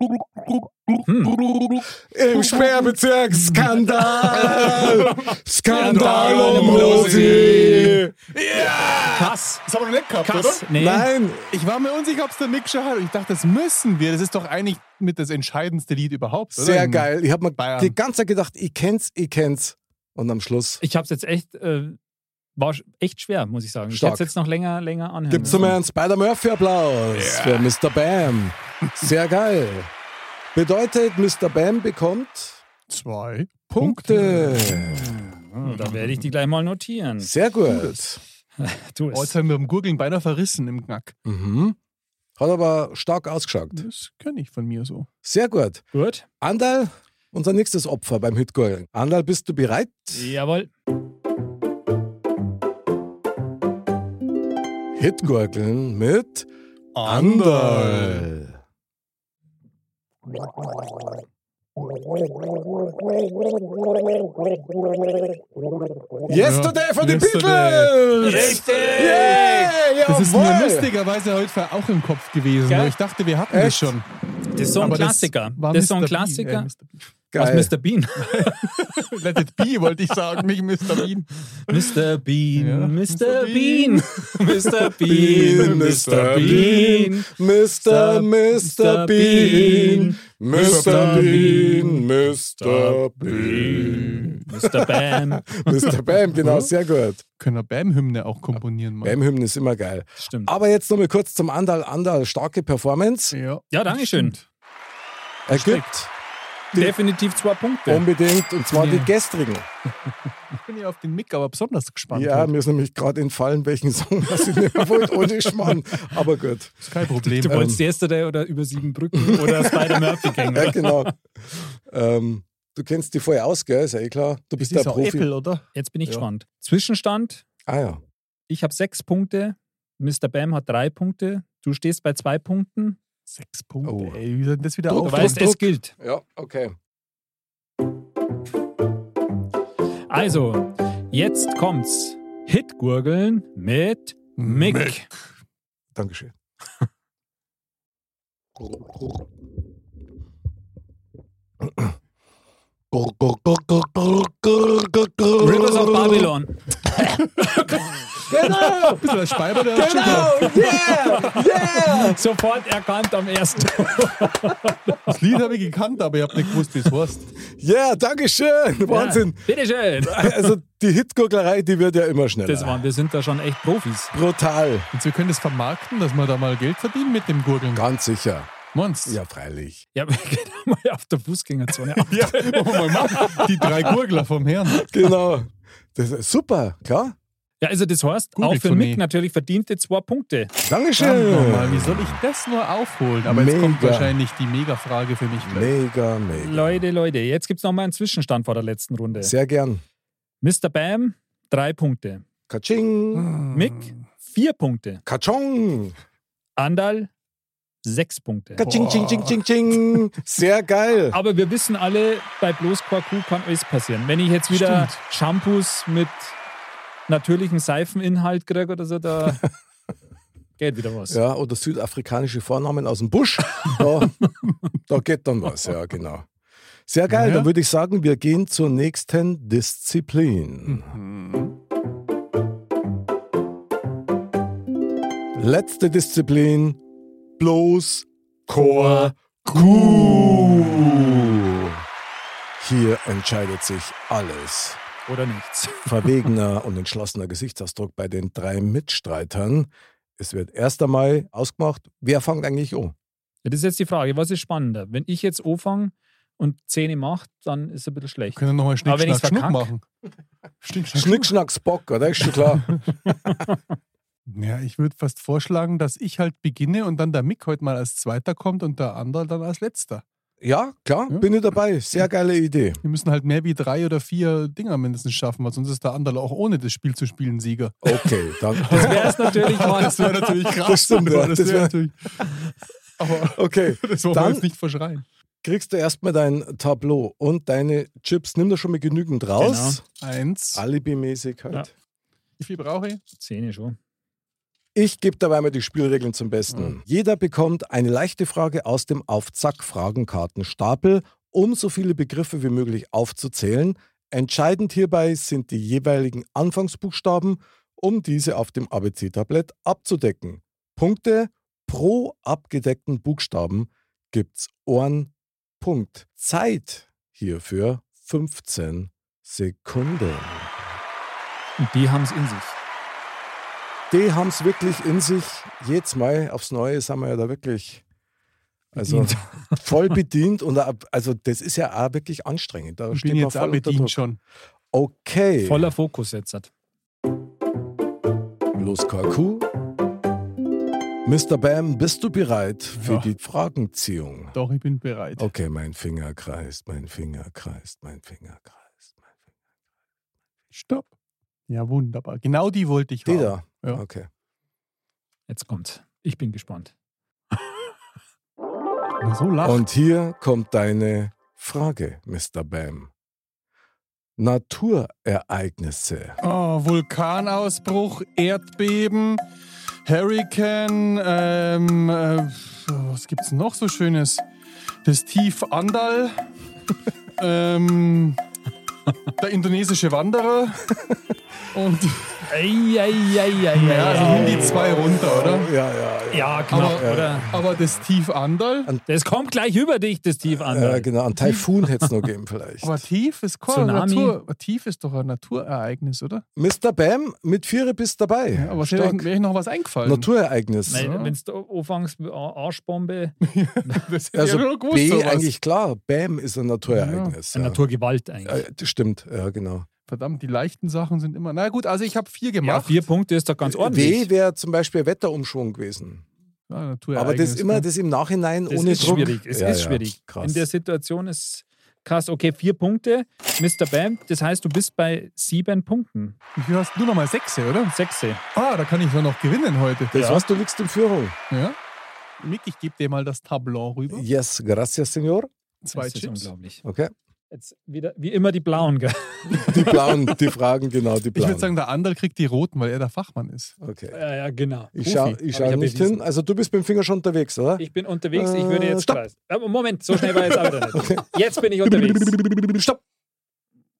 [SPEAKER 3] Hm.
[SPEAKER 2] Im Sperrbezirk Skandal!
[SPEAKER 1] um
[SPEAKER 2] um
[SPEAKER 3] Skandalomosi! Kass,
[SPEAKER 1] Das haben wir noch nicht gehabt,
[SPEAKER 3] Kass, nee.
[SPEAKER 2] Nein,
[SPEAKER 1] Ich war mir unsicher, ob es der Mick Schachel Ich dachte, das müssen wir. Das ist doch eigentlich mit das entscheidendste Lied überhaupt, oder?
[SPEAKER 2] sehr
[SPEAKER 1] In-
[SPEAKER 2] geil. Ich habe mir
[SPEAKER 1] Bayern.
[SPEAKER 2] die ganze Zeit gedacht, ich kenn's, ich kenn's. Und am Schluss
[SPEAKER 3] Ich habe es jetzt echt, äh, war sch- echt schwer, muss ich sagen.
[SPEAKER 2] Stark.
[SPEAKER 3] Ich hätte jetzt noch länger, länger anhören
[SPEAKER 2] gibt's
[SPEAKER 3] müssen.
[SPEAKER 2] nochmal einen Spider-Murphy-Applaus für Mr. Bam. Sehr geil. Bedeutet, Mr. Bam bekommt
[SPEAKER 1] Zwei.
[SPEAKER 2] Punkte.
[SPEAKER 3] Hm, Dann werde ich die gleich mal notieren.
[SPEAKER 2] Sehr gut.
[SPEAKER 3] Tu
[SPEAKER 1] Oh, jetzt
[SPEAKER 3] es.
[SPEAKER 1] haben wir beim Gurgeln beinahe verrissen im Knack.
[SPEAKER 2] Mhm. Hat aber stark ausgeschaut.
[SPEAKER 1] Das kann ich von mir so.
[SPEAKER 2] Sehr gut.
[SPEAKER 3] Gut.
[SPEAKER 2] Andal, unser nächstes Opfer beim Hitgurgeln. Andal, bist du bereit?
[SPEAKER 3] Jawohl.
[SPEAKER 2] Hitgurgeln mit Andal. Yesterday von den
[SPEAKER 1] Yesterday.
[SPEAKER 2] Beatles! Richtig! Yeah,
[SPEAKER 1] Das ist mir
[SPEAKER 2] jawohl.
[SPEAKER 1] lustigerweise heute auch im Kopf gewesen.
[SPEAKER 3] Gell?
[SPEAKER 1] weil Ich dachte, wir hatten
[SPEAKER 2] Echt?
[SPEAKER 1] das schon.
[SPEAKER 3] Das ist so ein
[SPEAKER 1] Aber
[SPEAKER 3] Klassiker.
[SPEAKER 1] war
[SPEAKER 3] Das, ist so ein
[SPEAKER 1] Mr.
[SPEAKER 3] Klassiker.
[SPEAKER 2] Geil.
[SPEAKER 3] Aus Mr. Bean.
[SPEAKER 1] B, äh, Mr. Let it be, wollte ich sagen, nicht Mr. Bean.
[SPEAKER 3] Mr. Bean,
[SPEAKER 1] Ja.
[SPEAKER 3] Mr.
[SPEAKER 1] Mr.
[SPEAKER 3] Bean,
[SPEAKER 1] Bean.
[SPEAKER 3] Mr. Bean, Mr. Bean.
[SPEAKER 2] Mr. Mr.
[SPEAKER 3] Mr.
[SPEAKER 2] Bean,
[SPEAKER 3] Bean,
[SPEAKER 2] Mr. Bean, Mr. Bean,
[SPEAKER 3] Mr. Bam.
[SPEAKER 2] Mr. Bam, genau, sehr gut.
[SPEAKER 1] Können wir Bam-Hymne auch komponieren, Mann.
[SPEAKER 2] Bam-Hymnen ist immer geil.
[SPEAKER 3] Stimmt.
[SPEAKER 2] Aber jetzt nochmal kurz zum Andal. Andal, starke Performance.
[SPEAKER 1] Ja,
[SPEAKER 3] Ja, Dankeschön.
[SPEAKER 1] Stimmt.
[SPEAKER 2] Ergibt
[SPEAKER 3] Definitiv zwei
[SPEAKER 2] Um
[SPEAKER 3] Punkte.
[SPEAKER 2] unbedingt, und zwar die
[SPEAKER 3] Ja.
[SPEAKER 2] gestrigen.
[SPEAKER 1] Ich bin ja auf den Mick aber besonders gespannt.
[SPEAKER 2] Ja,
[SPEAKER 1] heute.
[SPEAKER 2] mir ist nämlich gerade entfallen, welchen Song das ich nicht mehr wollte, ohne Schmarrn. Aber gut.
[SPEAKER 1] ist kein Problem.
[SPEAKER 3] Du wolltest Yesterday oder über sieben Brücken oder Spider-Murphy gehen.
[SPEAKER 2] Ja,
[SPEAKER 3] oder?
[SPEAKER 2] genau. ähm, du kennst die vorher aus, gell? Ist ja eh klar. Du
[SPEAKER 1] das
[SPEAKER 2] bist der
[SPEAKER 1] ist auch
[SPEAKER 2] Profi.
[SPEAKER 1] Apple, oder?
[SPEAKER 3] Jetzt bin ich
[SPEAKER 2] Ja.
[SPEAKER 3] gespannt. Zwischenstand,
[SPEAKER 2] Ah ja.
[SPEAKER 3] ich habe sechs Punkte, Mr. Bam hat drei Punkte, du stehst bei zwei Punkten.
[SPEAKER 1] Sechs Punkte.
[SPEAKER 2] Oh.
[SPEAKER 1] Ey, wie soll denn das wieder
[SPEAKER 2] Du
[SPEAKER 3] Du
[SPEAKER 1] auf?
[SPEAKER 2] Druck,
[SPEAKER 3] weißt,
[SPEAKER 2] Druck.
[SPEAKER 3] es gilt.
[SPEAKER 2] Ja, okay.
[SPEAKER 3] Also, jetzt kommt's. Hitgurgeln mit Mick.
[SPEAKER 2] Dankeschön.
[SPEAKER 3] Rivers of Babylon.
[SPEAKER 2] Genau!
[SPEAKER 1] Bisschen der Speiber, der hat schon gehabt.
[SPEAKER 2] Genau! Yeah! Yeah!
[SPEAKER 3] Sofort erkannt am ersten.
[SPEAKER 1] Das Lied habe ich gekannt, aber ich habe nicht gewusst, wie es heißt.
[SPEAKER 2] Yeah, Dankeschön! Wahnsinn!
[SPEAKER 3] Ja, bitteschön.
[SPEAKER 2] Also die Hitgurglerei, die wird ja immer schneller.
[SPEAKER 3] Das waren, wir sind da schon echt Profis.
[SPEAKER 2] brutal.
[SPEAKER 1] Und wir können das vermarkten, dass wir da mal Geld verdienen mit dem Gurgeln.
[SPEAKER 2] Ganz sicher.
[SPEAKER 1] Monst.
[SPEAKER 2] Ja, freilich.
[SPEAKER 3] Ja, wir gehen mal auf der Fußgängerzone.
[SPEAKER 1] Ja, wollen wir mal machen. Die drei Gurgler vom Herrn.
[SPEAKER 2] Genau. Das ist super, klar.
[SPEAKER 3] Ja, also das heißt,
[SPEAKER 1] Google
[SPEAKER 3] auch für
[SPEAKER 1] von
[SPEAKER 3] Mick
[SPEAKER 1] mir.
[SPEAKER 3] natürlich verdiente zwei Punkte.
[SPEAKER 1] Verdammt nochmal,
[SPEAKER 2] Dankeschön.
[SPEAKER 1] wie soll ich das nur aufholen? Aber jetzt kommt
[SPEAKER 2] Mega.
[SPEAKER 1] wahrscheinlich die Mega-Frage für mich. gleich.
[SPEAKER 2] Mega, mega.
[SPEAKER 3] Leute, Leute, jetzt gibt es nochmal einen Zwischenstand vor der letzten Runde.
[SPEAKER 2] Sehr gern.
[SPEAKER 3] Mr. Bam, drei Punkte.
[SPEAKER 2] Kaching.
[SPEAKER 3] Mick,
[SPEAKER 2] Hm.
[SPEAKER 3] vier Punkte.
[SPEAKER 2] Kachong.
[SPEAKER 3] Andal, sechs Punkte.
[SPEAKER 2] Kaching, ching, ching, ching, ching. Sehr geil.
[SPEAKER 3] Aber wir wissen alle, bei bloß Quarku kann alles passieren. Wenn ich jetzt wieder Shampoos mit natürlichem Seifeninhalt kriege oder so, da geht wieder was.
[SPEAKER 2] Ja, oder südafrikanische Vornamen aus dem Busch. Da, da geht dann was, ja, genau. Sehr geil,
[SPEAKER 1] Ja.
[SPEAKER 2] dann würde ich sagen, wir gehen zur nächsten Disziplin. Letzte Disziplin, bloß Chor Q. Hier entscheidet sich alles
[SPEAKER 3] Oder nichts.
[SPEAKER 2] verwegener und entschlossener Gesichtsausdruck bei den drei Mitstreitern. Es wird erst einmal ausgemacht, wer fängt eigentlich an?
[SPEAKER 3] Ja, das ist jetzt die Frage, was ist spannender? Wenn ich jetzt anfange und Zähne mache, dann ist es ein bisschen schlecht.
[SPEAKER 1] Wir können nochmal Schnick,
[SPEAKER 3] Aber wenn
[SPEAKER 1] Schnack,
[SPEAKER 3] ich's
[SPEAKER 1] Schnuck
[SPEAKER 3] verkack-
[SPEAKER 1] machen. Schnick, Schnack,
[SPEAKER 2] Schnick, schnack, Spock, oder? Ist schon klar.
[SPEAKER 1] Ja, ich würde fast vorschlagen, dass ich halt beginne und dann der Mick heute mal als Zweiter kommt und der andere dann als Letzter.
[SPEAKER 2] Ja, klar, bin ich dabei. Sehr geile Idee.
[SPEAKER 1] Wir müssen halt mehr wie drei oder vier Dinger mindestens schaffen, weil sonst ist der andere auch ohne das Spiel zu spielen Sieger.
[SPEAKER 2] Okay, dann.
[SPEAKER 3] Das wäre es natürlich mal.
[SPEAKER 1] Das wäre natürlich krass.
[SPEAKER 2] Das stimmt, ja.
[SPEAKER 1] Das
[SPEAKER 2] Das wär-
[SPEAKER 1] wäre natürlich. Aber
[SPEAKER 2] Okay,
[SPEAKER 1] das wollen wir
[SPEAKER 2] dann
[SPEAKER 1] jetzt nicht verschreien.
[SPEAKER 2] kriegst du erstmal dein Tableau und deine Chips. Nimm da schon mal genügend raus.
[SPEAKER 1] Eins.
[SPEAKER 2] Alibimäßig halt.
[SPEAKER 3] Ja.
[SPEAKER 1] Wie viel brauche ich?
[SPEAKER 3] Zähne schon.
[SPEAKER 2] Ich gebe dabei mal die Spielregeln zum Besten. Jeder bekommt eine leichte Frage aus dem Aufzack-Fragenkartenstapel, um so viele Begriffe wie möglich aufzuzählen. Entscheidend hierbei sind die jeweiligen Anfangsbuchstaben, um diese auf dem ABC-Tablett abzudecken. Punkte pro abgedeckten Buchstaben gibt's einen Punkt. Zeit hierfür 15 Sekunden.
[SPEAKER 3] Und die haben es in sich.
[SPEAKER 2] Die haben es wirklich in sich. Jedes Mal aufs Neue sind wir ja da wirklich also
[SPEAKER 3] Bedient.
[SPEAKER 2] voll bedient. Und ab- also das ist ja auch wirklich anstrengend. Da
[SPEAKER 1] Ich
[SPEAKER 2] steht
[SPEAKER 1] bin
[SPEAKER 2] man
[SPEAKER 1] jetzt auch
[SPEAKER 2] voll unter
[SPEAKER 1] bedient
[SPEAKER 2] Druck.
[SPEAKER 1] schon.
[SPEAKER 2] Okay.
[SPEAKER 3] Voller Fokus jetzt. hat.
[SPEAKER 2] Los, Kaku. Mr. Bam, bist du bereit für
[SPEAKER 1] Ja.
[SPEAKER 2] die Fragenziehung?
[SPEAKER 1] Doch, ich bin bereit.
[SPEAKER 2] Okay, mein Finger kreist, mein Finger kreist, mein Finger kreist. Mein Finger.
[SPEAKER 1] Stopp. Ja, wunderbar. Genau die wollte ich
[SPEAKER 2] Die
[SPEAKER 1] haben.
[SPEAKER 2] da?
[SPEAKER 1] Ja.
[SPEAKER 2] Okay.
[SPEAKER 3] Jetzt kommt. Ich bin gespannt.
[SPEAKER 1] Na, So lacht.
[SPEAKER 2] Und hier kommt deine Frage, Mr. Bam. Naturereignisse.
[SPEAKER 1] Oh, Vulkanausbruch, Erdbeben, Hurricane, ähm, äh, was gibt's noch so Schönes? Das Tief Andal, ähm, der indonesische Wanderer und ja, also
[SPEAKER 2] um
[SPEAKER 1] nimm die zwei runter, oder?
[SPEAKER 2] Ja, ja,
[SPEAKER 3] Ja, knapp,
[SPEAKER 1] Aber-
[SPEAKER 2] äh,
[SPEAKER 3] oder?
[SPEAKER 1] Aber das Tief Andal,
[SPEAKER 3] Das kommt gleich über dich, das Tief an.
[SPEAKER 2] Ja, genau. Ein Taifun hätte es noch geben vielleicht.
[SPEAKER 1] ne. aber Tief ist keine
[SPEAKER 3] Tsunami.
[SPEAKER 1] Natur. Tief ist doch ein Naturereignis, oder?
[SPEAKER 2] Mr. Bam, mit Viere bist dabei.
[SPEAKER 1] Ja, aber wäre
[SPEAKER 2] Stark.
[SPEAKER 1] euch noch was eingefallen?
[SPEAKER 2] Naturereignis.
[SPEAKER 1] Ja.
[SPEAKER 3] Wenn du anfängst mit A- Arschbombe,
[SPEAKER 1] das hätte
[SPEAKER 2] Also
[SPEAKER 1] ich ja noch gewusst,
[SPEAKER 2] B
[SPEAKER 1] sowas.
[SPEAKER 2] eigentlich klar. Bam ist ein Naturereignis. Ja.
[SPEAKER 3] Naturgewalt eigentlich.
[SPEAKER 2] Äh, das stimmt, ja genau.
[SPEAKER 1] Verdammt, die leichten Sachen sind immer. Na gut, also ich habe vier
[SPEAKER 3] Ja,
[SPEAKER 1] gemacht.
[SPEAKER 3] vier Punkte ist doch ganz ordentlich.
[SPEAKER 2] W wäre zum Beispiel ein Wetterumschwung gewesen.
[SPEAKER 1] Ah,
[SPEAKER 2] Aber das
[SPEAKER 1] Naturereignis,
[SPEAKER 2] immer
[SPEAKER 1] ne?
[SPEAKER 2] das im Nachhinein
[SPEAKER 3] Es
[SPEAKER 2] ohne
[SPEAKER 3] ist
[SPEAKER 2] Druck.
[SPEAKER 3] schwierig. Es
[SPEAKER 2] Ja,
[SPEAKER 3] ist
[SPEAKER 2] ja,
[SPEAKER 3] schwierig.
[SPEAKER 2] Krass.
[SPEAKER 3] In der Situation ist krass. Okay, vier Punkte, Mr. Bam. Das heißt, du bist bei sieben Punkten.
[SPEAKER 1] Wie viel hast du nochmal? Sechse, oder?
[SPEAKER 3] Sechse.
[SPEAKER 1] Ah, da kann ich ja noch gewinnen heute.
[SPEAKER 2] das
[SPEAKER 1] ja.
[SPEAKER 2] heißt, du liegst in Führung.
[SPEAKER 1] ja. Mick, ich gebe dir mal das Tableau rüber.
[SPEAKER 2] Yes, gracias, Senor.
[SPEAKER 1] Zwei
[SPEAKER 3] das ist
[SPEAKER 1] Chips.
[SPEAKER 3] unglaublich.
[SPEAKER 2] Okay.
[SPEAKER 3] Jetzt wieder, wie immer die Blauen, gell?
[SPEAKER 2] Die blauen, die Fragen, genau, die
[SPEAKER 1] Ich
[SPEAKER 2] blauen.
[SPEAKER 1] würde sagen, der andere kriegt die roten, weil er der Fachmann ist.
[SPEAKER 2] okay.
[SPEAKER 3] Ja, ja, genau.
[SPEAKER 2] Ich schaue
[SPEAKER 3] Profi.
[SPEAKER 2] ich
[SPEAKER 3] Hab
[SPEAKER 2] schau
[SPEAKER 3] ja
[SPEAKER 2] nicht
[SPEAKER 3] bewiesen.
[SPEAKER 2] hin. Also du bist mit dem Finger schon unterwegs, oder?
[SPEAKER 3] Ich bin unterwegs, ich würde
[SPEAKER 2] Äh,
[SPEAKER 3] jetzt
[SPEAKER 2] stopp.
[SPEAKER 3] kreisen. Aber Moment, so schnell war jetzt auch wieder nicht. Jetzt bin ich unterwegs.
[SPEAKER 2] Stopp!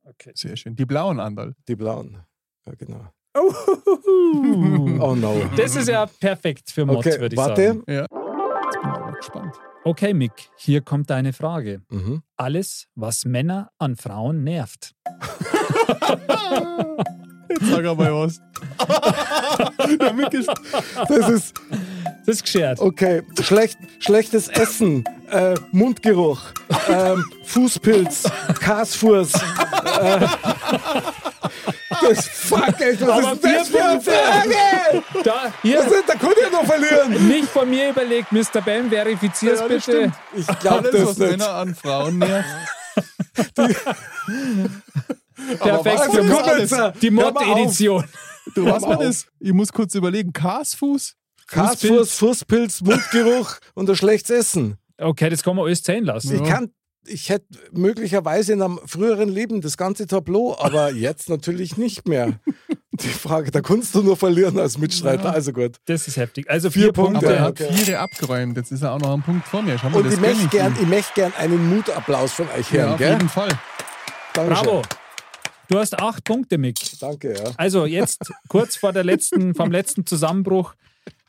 [SPEAKER 3] Okay.
[SPEAKER 1] Sehr schön. Die blauen Anderl.
[SPEAKER 2] Die blauen. Ja, genau. Oh no.
[SPEAKER 3] Das ist ja perfekt für Mods,
[SPEAKER 2] Okay,
[SPEAKER 3] würde ich
[SPEAKER 2] warte.
[SPEAKER 3] sagen.
[SPEAKER 1] Jetzt bin ich aber gespannt.
[SPEAKER 3] Okay, Mick, hier kommt deine Frage.
[SPEAKER 2] Mhm.
[SPEAKER 3] Alles, was Männer an Frauen nervt.
[SPEAKER 1] Jetzt sag aber was. Damit ist
[SPEAKER 2] Das ist,
[SPEAKER 3] Das ist geschert.
[SPEAKER 2] okay, schlecht, schlechtes Essen, äh, Mundgeruch, ähm, Fußpilz, Kasfuß. Äh, das fuck, ey, was
[SPEAKER 3] Aber
[SPEAKER 2] ist denn das
[SPEAKER 3] vier
[SPEAKER 2] für eine
[SPEAKER 3] Punkte.
[SPEAKER 2] Frage?
[SPEAKER 3] Da,
[SPEAKER 2] Das
[SPEAKER 3] hier,
[SPEAKER 2] ist, da konnte ich noch verlieren.
[SPEAKER 3] nicht von mir überlegt, Mr. Bam, verifizier's
[SPEAKER 1] Ja, das
[SPEAKER 3] bitte.
[SPEAKER 1] stimmt.
[SPEAKER 2] Ich glaube
[SPEAKER 1] alles, was
[SPEAKER 2] das nicht.
[SPEAKER 1] Männer an Frauen nervt.
[SPEAKER 3] Perfekt
[SPEAKER 1] was
[SPEAKER 2] Also
[SPEAKER 3] für
[SPEAKER 1] ist
[SPEAKER 2] komm
[SPEAKER 1] alles?
[SPEAKER 2] jetzt, äh,
[SPEAKER 3] Die
[SPEAKER 2] hör mal auf.
[SPEAKER 3] Mod-Edition.
[SPEAKER 1] Du, was war
[SPEAKER 2] auf.
[SPEAKER 1] das? Ich muss kurz überlegen. Karsfuß?
[SPEAKER 2] Kasfuß, Fußpilz, Mundgeruch und ein schlechtes Essen.
[SPEAKER 3] Okay, das kann man alles zählen lassen.
[SPEAKER 2] Ich kann, ich hätte möglicherweise in einem früheren Leben das ganze Tableau, aber jetzt natürlich nicht mehr. Die Frage, da kannst du nur verlieren als Mitstreiter. Also gut.
[SPEAKER 3] Das ist heftig. Also
[SPEAKER 2] Vier
[SPEAKER 3] vier, Punkte.
[SPEAKER 2] Punkte.
[SPEAKER 1] Aber er hat
[SPEAKER 2] okay.
[SPEAKER 1] vier abgeräumt. Jetzt ist er auch noch am Punkt vor mir. Schau mal,
[SPEAKER 2] Und
[SPEAKER 1] das
[SPEAKER 2] ich möchte
[SPEAKER 1] kenn
[SPEAKER 2] gern,
[SPEAKER 1] nicht.
[SPEAKER 2] ich möchte gern einen Mutapplaus von euch
[SPEAKER 1] Ja,
[SPEAKER 2] hören,
[SPEAKER 1] auf
[SPEAKER 2] gell?
[SPEAKER 1] jeden Fall.
[SPEAKER 2] Dankeschön.
[SPEAKER 3] Bravo. Du hast acht Punkte, Mick.
[SPEAKER 2] Danke, ja.
[SPEAKER 3] Also jetzt kurz vor der letzten, vom letzten Zusammenbruch.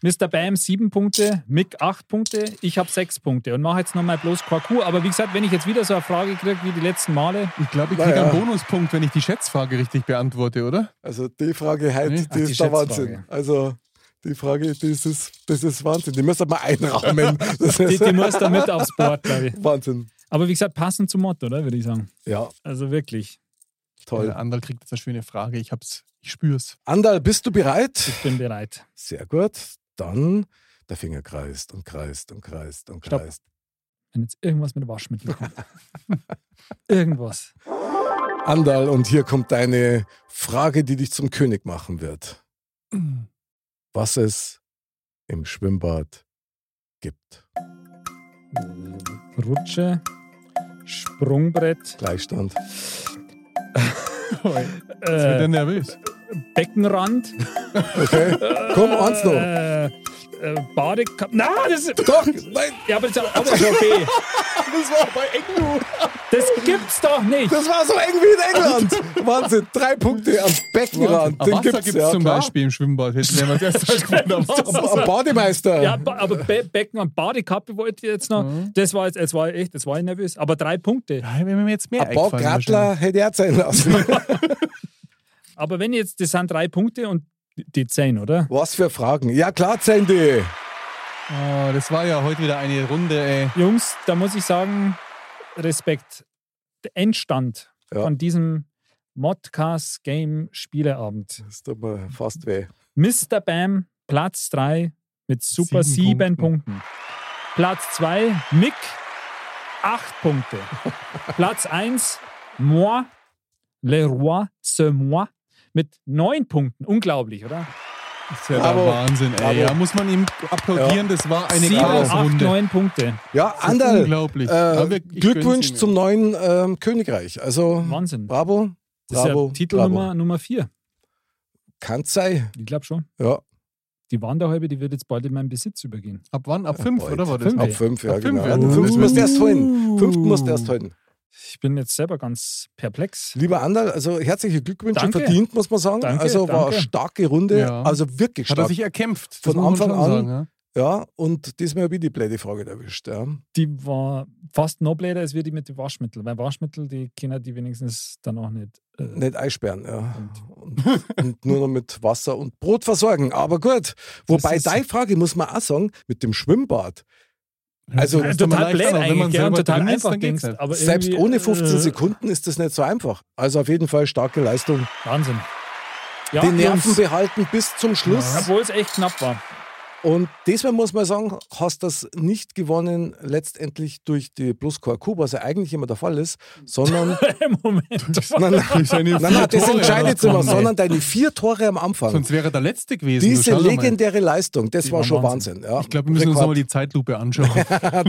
[SPEAKER 3] Mr. Bam sieben Punkte, Mick acht Punkte, ich habe sechs Punkte und mache jetzt nochmal bloß Quarku. Aber wie gesagt, wenn ich jetzt wieder so eine Frage kriege wie die letzten Male,
[SPEAKER 1] Ich glaube, ich
[SPEAKER 2] Na
[SPEAKER 1] kriege
[SPEAKER 2] ja.
[SPEAKER 1] einen Bonuspunkt, wenn ich die Schätzfrage richtig beantworte, oder?
[SPEAKER 2] Also die Frage heute,
[SPEAKER 1] Nee,
[SPEAKER 2] die
[SPEAKER 3] ach, die
[SPEAKER 2] ist der
[SPEAKER 3] Schätzfrage.
[SPEAKER 2] Wahnsinn. Also die Frage, die ist, das, das ist Wahnsinn. Die müssen wir mal einrahmen. Das
[SPEAKER 3] die,
[SPEAKER 2] ist
[SPEAKER 3] die muss da mit aufs Board, glaube ich.
[SPEAKER 2] Wahnsinn.
[SPEAKER 3] Aber wie gesagt, passend zum Motto, oder? Würde ich sagen.
[SPEAKER 2] Ja,
[SPEAKER 3] Also wirklich,
[SPEAKER 2] toll.
[SPEAKER 1] Der Anderl kriegt jetzt eine schöne Frage. Ich hab's, ich spür's.
[SPEAKER 2] Andal, bist du bereit?
[SPEAKER 3] bin bereit.
[SPEAKER 2] Sehr gut. Dann der Finger kreist und kreist und kreist und
[SPEAKER 3] Stopp.
[SPEAKER 2] kreist.
[SPEAKER 3] Wenn jetzt irgendwas mit Waschmittel kommt. irgendwas.
[SPEAKER 2] Andal, und hier kommt deine Frage, die dich zum König machen wird.
[SPEAKER 1] Mm.
[SPEAKER 2] Was es im Schwimmbad gibt.
[SPEAKER 3] Rutsche, Sprungbrett,
[SPEAKER 2] Gleichstand.
[SPEAKER 1] Jetzt wird er
[SPEAKER 3] äh,
[SPEAKER 1] nervös.
[SPEAKER 3] Beckenrand.
[SPEAKER 2] Okay. Komm, eins noch.
[SPEAKER 3] Äh, äh, Badekap. Nein, das ist.
[SPEAKER 2] Doch, nein,
[SPEAKER 3] Ja, aber das ist aber schon B.
[SPEAKER 2] das war bei England.
[SPEAKER 3] Das gibt's doch nicht.
[SPEAKER 2] Das war so eng wie in England. Wahnsinn, drei Punkte am Beckenrand.
[SPEAKER 1] Aber
[SPEAKER 2] Den
[SPEAKER 1] Wasser
[SPEAKER 2] gibt's,
[SPEAKER 1] gibt's
[SPEAKER 2] ja,
[SPEAKER 1] zum
[SPEAKER 2] klar.
[SPEAKER 1] Beispiel im Schwimmbad. Hätten wir mal erst gewundert.
[SPEAKER 2] Am Bademeister.
[SPEAKER 3] Ja, ba- aber Be Becken und Badekappe wollte ich jetzt noch.
[SPEAKER 2] Mhm.
[SPEAKER 3] Das war jetzt, jetzt war ich echt, das war ich nervös. Aber drei Punkte.
[SPEAKER 1] Ja, wenn mir jetzt mehr
[SPEAKER 2] Ein paar
[SPEAKER 1] eingefallen wäre schon.
[SPEAKER 2] Gradler hätte er sein lassen.
[SPEAKER 3] Aber wenn jetzt, das sind drei Punkte und die- die zehn, oder?
[SPEAKER 2] Was für Fragen. Ja, klar, Sandy.
[SPEAKER 1] Oh, das war ja heute wieder eine Runde, ey.
[SPEAKER 3] Jungs, da muss ich sagen, Respekt. Der Endstand
[SPEAKER 2] Ja.
[SPEAKER 3] von diesem Modcast Game Spieleabend.
[SPEAKER 2] Das tut mir fast weh.
[SPEAKER 3] Mr. Bam, Platz 3 mit super
[SPEAKER 1] Sieben
[SPEAKER 3] 7 Punkten.
[SPEAKER 1] Punkten.
[SPEAKER 3] Platz 2, Mick, 8 Punkte. Platz 1, Moi, Le Roi, c'est moi, mit 9 Punkten. Unglaublich, oder?
[SPEAKER 1] Das ist ja
[SPEAKER 2] Bravo.
[SPEAKER 1] der Wahnsinn, ey.
[SPEAKER 2] Bravo.
[SPEAKER 1] Ja, muss man ihm applaudieren. Das war eine
[SPEAKER 3] 7, 8,
[SPEAKER 1] Chaosrunde.
[SPEAKER 3] 9 Punkte.
[SPEAKER 2] Ja,
[SPEAKER 1] ist
[SPEAKER 2] Anderl.
[SPEAKER 1] unglaublich.
[SPEAKER 2] Äh,
[SPEAKER 1] Aber wir- ich gönn's
[SPEAKER 2] Glückwunsch
[SPEAKER 1] ihm, ja.
[SPEAKER 2] zum neuen ähm, Königreich. Also,
[SPEAKER 3] Wahnsinn.
[SPEAKER 2] bravo.
[SPEAKER 3] Das ist
[SPEAKER 2] bravo,
[SPEAKER 3] ja Titel Nummer,
[SPEAKER 2] bravo.
[SPEAKER 3] Nummer 4.
[SPEAKER 2] Kann's sein.
[SPEAKER 3] Ich glaube schon.
[SPEAKER 2] Ja,
[SPEAKER 3] Die Wanderhalbe, die wird jetzt bald in meinen Besitz übergehen.
[SPEAKER 1] Ab wann? Ab fünf,
[SPEAKER 2] bald.
[SPEAKER 1] oder war das?
[SPEAKER 3] Fünf.
[SPEAKER 2] ab fünf, ja,
[SPEAKER 1] Ab fünf,
[SPEAKER 2] genau.
[SPEAKER 1] ja.
[SPEAKER 2] Den Fünften musst du erst holen.
[SPEAKER 1] Uh.
[SPEAKER 2] Fünften musst du erst holen.
[SPEAKER 3] Ich bin jetzt selber ganz perplex.
[SPEAKER 2] Lieber Anderl, also herzliche Glückwünsche
[SPEAKER 3] Danke.
[SPEAKER 2] verdient, muss man sagen.
[SPEAKER 3] Danke,
[SPEAKER 2] also war
[SPEAKER 3] danke.
[SPEAKER 2] eine starke Runde.
[SPEAKER 1] Ja.
[SPEAKER 2] Also wirklich
[SPEAKER 1] Hat er
[SPEAKER 2] stark.
[SPEAKER 1] sich erkämpft. Das
[SPEAKER 2] Von
[SPEAKER 1] muss man
[SPEAKER 2] Anfang
[SPEAKER 1] schon
[SPEAKER 2] an.
[SPEAKER 1] Sagen, ja?
[SPEAKER 2] ja, und diesmal habe ich die blöde Frage erwischt. Ja.
[SPEAKER 3] die war fast noch blöder als wir die mit den Waschmitteln. Weil Waschmittel, die Kinder, die wenigstens dann auch nicht. Äh,
[SPEAKER 2] Nicht einsperren, ja. Und, und nur noch mit Wasser und Brot versorgen. Aber gut. Wobei,
[SPEAKER 3] ist-
[SPEAKER 2] deine Frage muss man auch sagen, mit dem Schwimmbad. Also,
[SPEAKER 1] Das ist doch mal
[SPEAKER 3] Äh, total
[SPEAKER 1] leicht an,
[SPEAKER 3] blöd
[SPEAKER 1] aber wenn
[SPEAKER 3] eigentlich,
[SPEAKER 1] man
[SPEAKER 3] gell, und
[SPEAKER 1] selber
[SPEAKER 3] total
[SPEAKER 1] drin ist,
[SPEAKER 3] einfach
[SPEAKER 1] dann
[SPEAKER 3] denkst.
[SPEAKER 1] geht's halt.
[SPEAKER 3] Aber
[SPEAKER 2] ne? Selbst
[SPEAKER 3] irgendwie,
[SPEAKER 2] ohne 15
[SPEAKER 3] äh,
[SPEAKER 2] Sekunden ist das nicht so einfach. Also auf jeden Fall starke Leistung.
[SPEAKER 3] Wahnsinn. Ja,
[SPEAKER 2] die Nerven
[SPEAKER 3] Jungs,
[SPEAKER 2] behalten bis zum Schluss.
[SPEAKER 3] Obwohl es echt knapp war.
[SPEAKER 2] Und diesmal muss man sagen, hast das nicht gewonnen letztendlich durch die Pluscore Q, was ja eigentlich immer der Fall ist, sondern
[SPEAKER 3] Im Moment.
[SPEAKER 2] nein, nein,
[SPEAKER 1] seine
[SPEAKER 2] nein, nein, das
[SPEAKER 1] Tore
[SPEAKER 2] entscheidet es
[SPEAKER 1] noch
[SPEAKER 2] immer,
[SPEAKER 1] dran, ey.
[SPEAKER 2] sondern deine vier Tore am Anfang.
[SPEAKER 1] Sonst wäre der letzte gewesen. du
[SPEAKER 2] Diese
[SPEAKER 1] schau doch mal.
[SPEAKER 2] legendäre Leistung, das
[SPEAKER 3] Die
[SPEAKER 2] war
[SPEAKER 3] war
[SPEAKER 2] schon Wahnsinn.
[SPEAKER 3] Wahnsinn.
[SPEAKER 2] Ja.
[SPEAKER 1] Ich glaube, wir müssen uns
[SPEAKER 2] Rekord.
[SPEAKER 1] nochmal die Zeitlupe anschauen.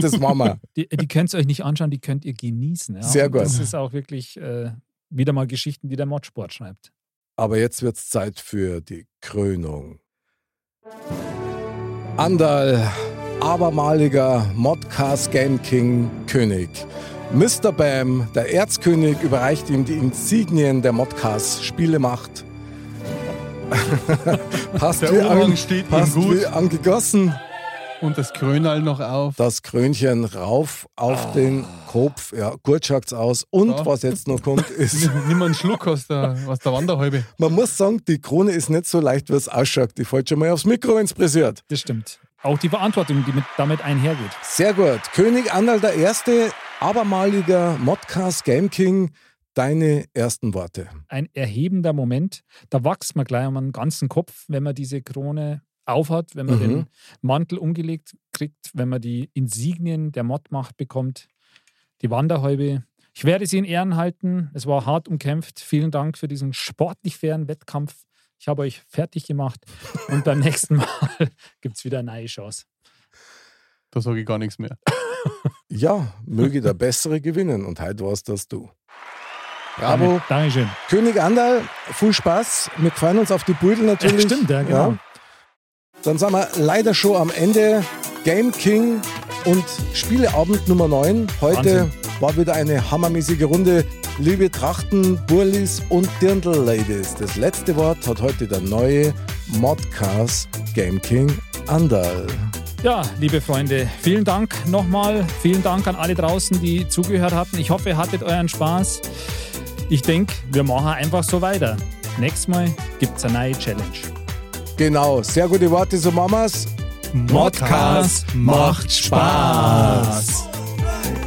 [SPEAKER 2] das machen wir.
[SPEAKER 3] Die, die könnt ihr euch nicht anschauen, die könnt ihr genießen. Ja?
[SPEAKER 2] Sehr
[SPEAKER 3] Und
[SPEAKER 2] gut.
[SPEAKER 3] Das ist auch wirklich äh, wieder mal Geschichten, die der Modsport schreibt.
[SPEAKER 2] Aber jetzt wird es Zeit für die Krönung. Andal, abermaliger Modcast Game King König. Mr. Bam, der Erzkönig, überreicht ihm die Insignien der Modcast Spielemacht. Passt,
[SPEAKER 1] Der
[SPEAKER 2] wie,
[SPEAKER 1] Umhang
[SPEAKER 2] an,
[SPEAKER 1] steht ihm
[SPEAKER 2] passt
[SPEAKER 1] gut.
[SPEAKER 2] wie angegossen.
[SPEAKER 1] Und das Krönal noch auf.
[SPEAKER 2] Das Krönchen rauf auf den Kopf. Ja, gut schaut's aus. Und
[SPEAKER 1] Ah. So.
[SPEAKER 2] was jetzt noch kommt, ist,
[SPEAKER 1] Nimm mal einen Schluck aus der, aus der Wanderhalbe.
[SPEAKER 2] man muss sagen, die Krone ist nicht so leicht, wie es ausschaut. Die fällt schon mal aufs Mikro, wenn's brisiert.
[SPEAKER 3] Das stimmt. Auch die Verantwortung, die mit, damit einhergeht.
[SPEAKER 2] Sehr gut. König Arnold I., abermaliger Modcast Game King, deine ersten Worte.
[SPEAKER 3] Ein erhebender Moment. Da wächst man gleich um den ganzen Kopf, wenn man diese Krone aufhat, wenn man
[SPEAKER 2] Mhm.
[SPEAKER 3] den Mantel umgelegt kriegt, wenn man die Insignien der Mottmacht bekommt, die Wanderhäube. Ich werde sie in Ehren halten. Es war hart umkämpft. Vielen Dank für diesen sportlich fairen Wettkampf. Ich habe euch fertig gemacht und beim nächsten Mal gibt es wieder eine neue Chance.
[SPEAKER 1] Da sage ich gar nichts mehr.
[SPEAKER 2] Ja, möge der Bessere gewinnen und heute war's das du. Bravo.
[SPEAKER 3] Danke- Dankeschön.
[SPEAKER 2] König Andal, viel Spaß. Wir freuen uns auf die Brüdel
[SPEAKER 3] Ja,
[SPEAKER 2] natürlich.
[SPEAKER 3] stimmt, ja, genau.
[SPEAKER 2] Dann sind wir leider schon am Ende. Game King und Spieleabend Nummer 9. Heute
[SPEAKER 3] Wahnsinn.
[SPEAKER 2] war wieder eine hammermäßige Runde. Liebe Trachten, Burlis und Dirndl-Ladies, das letzte Wort hat heute der neue Modcast Game King Andal.
[SPEAKER 3] Ja, liebe Freunde, vielen Dank nochmal. Vielen Dank an alle draußen, die zugehört hatten. Ich hoffe, ihr hattet euren Spaß. Ich denke, wir machen einfach so weiter. Nächstes Mal gibt es eine neue Challenge.
[SPEAKER 2] Genau, sehr gute Worte, so Mamas.
[SPEAKER 3] Modcast
[SPEAKER 2] macht Spaß.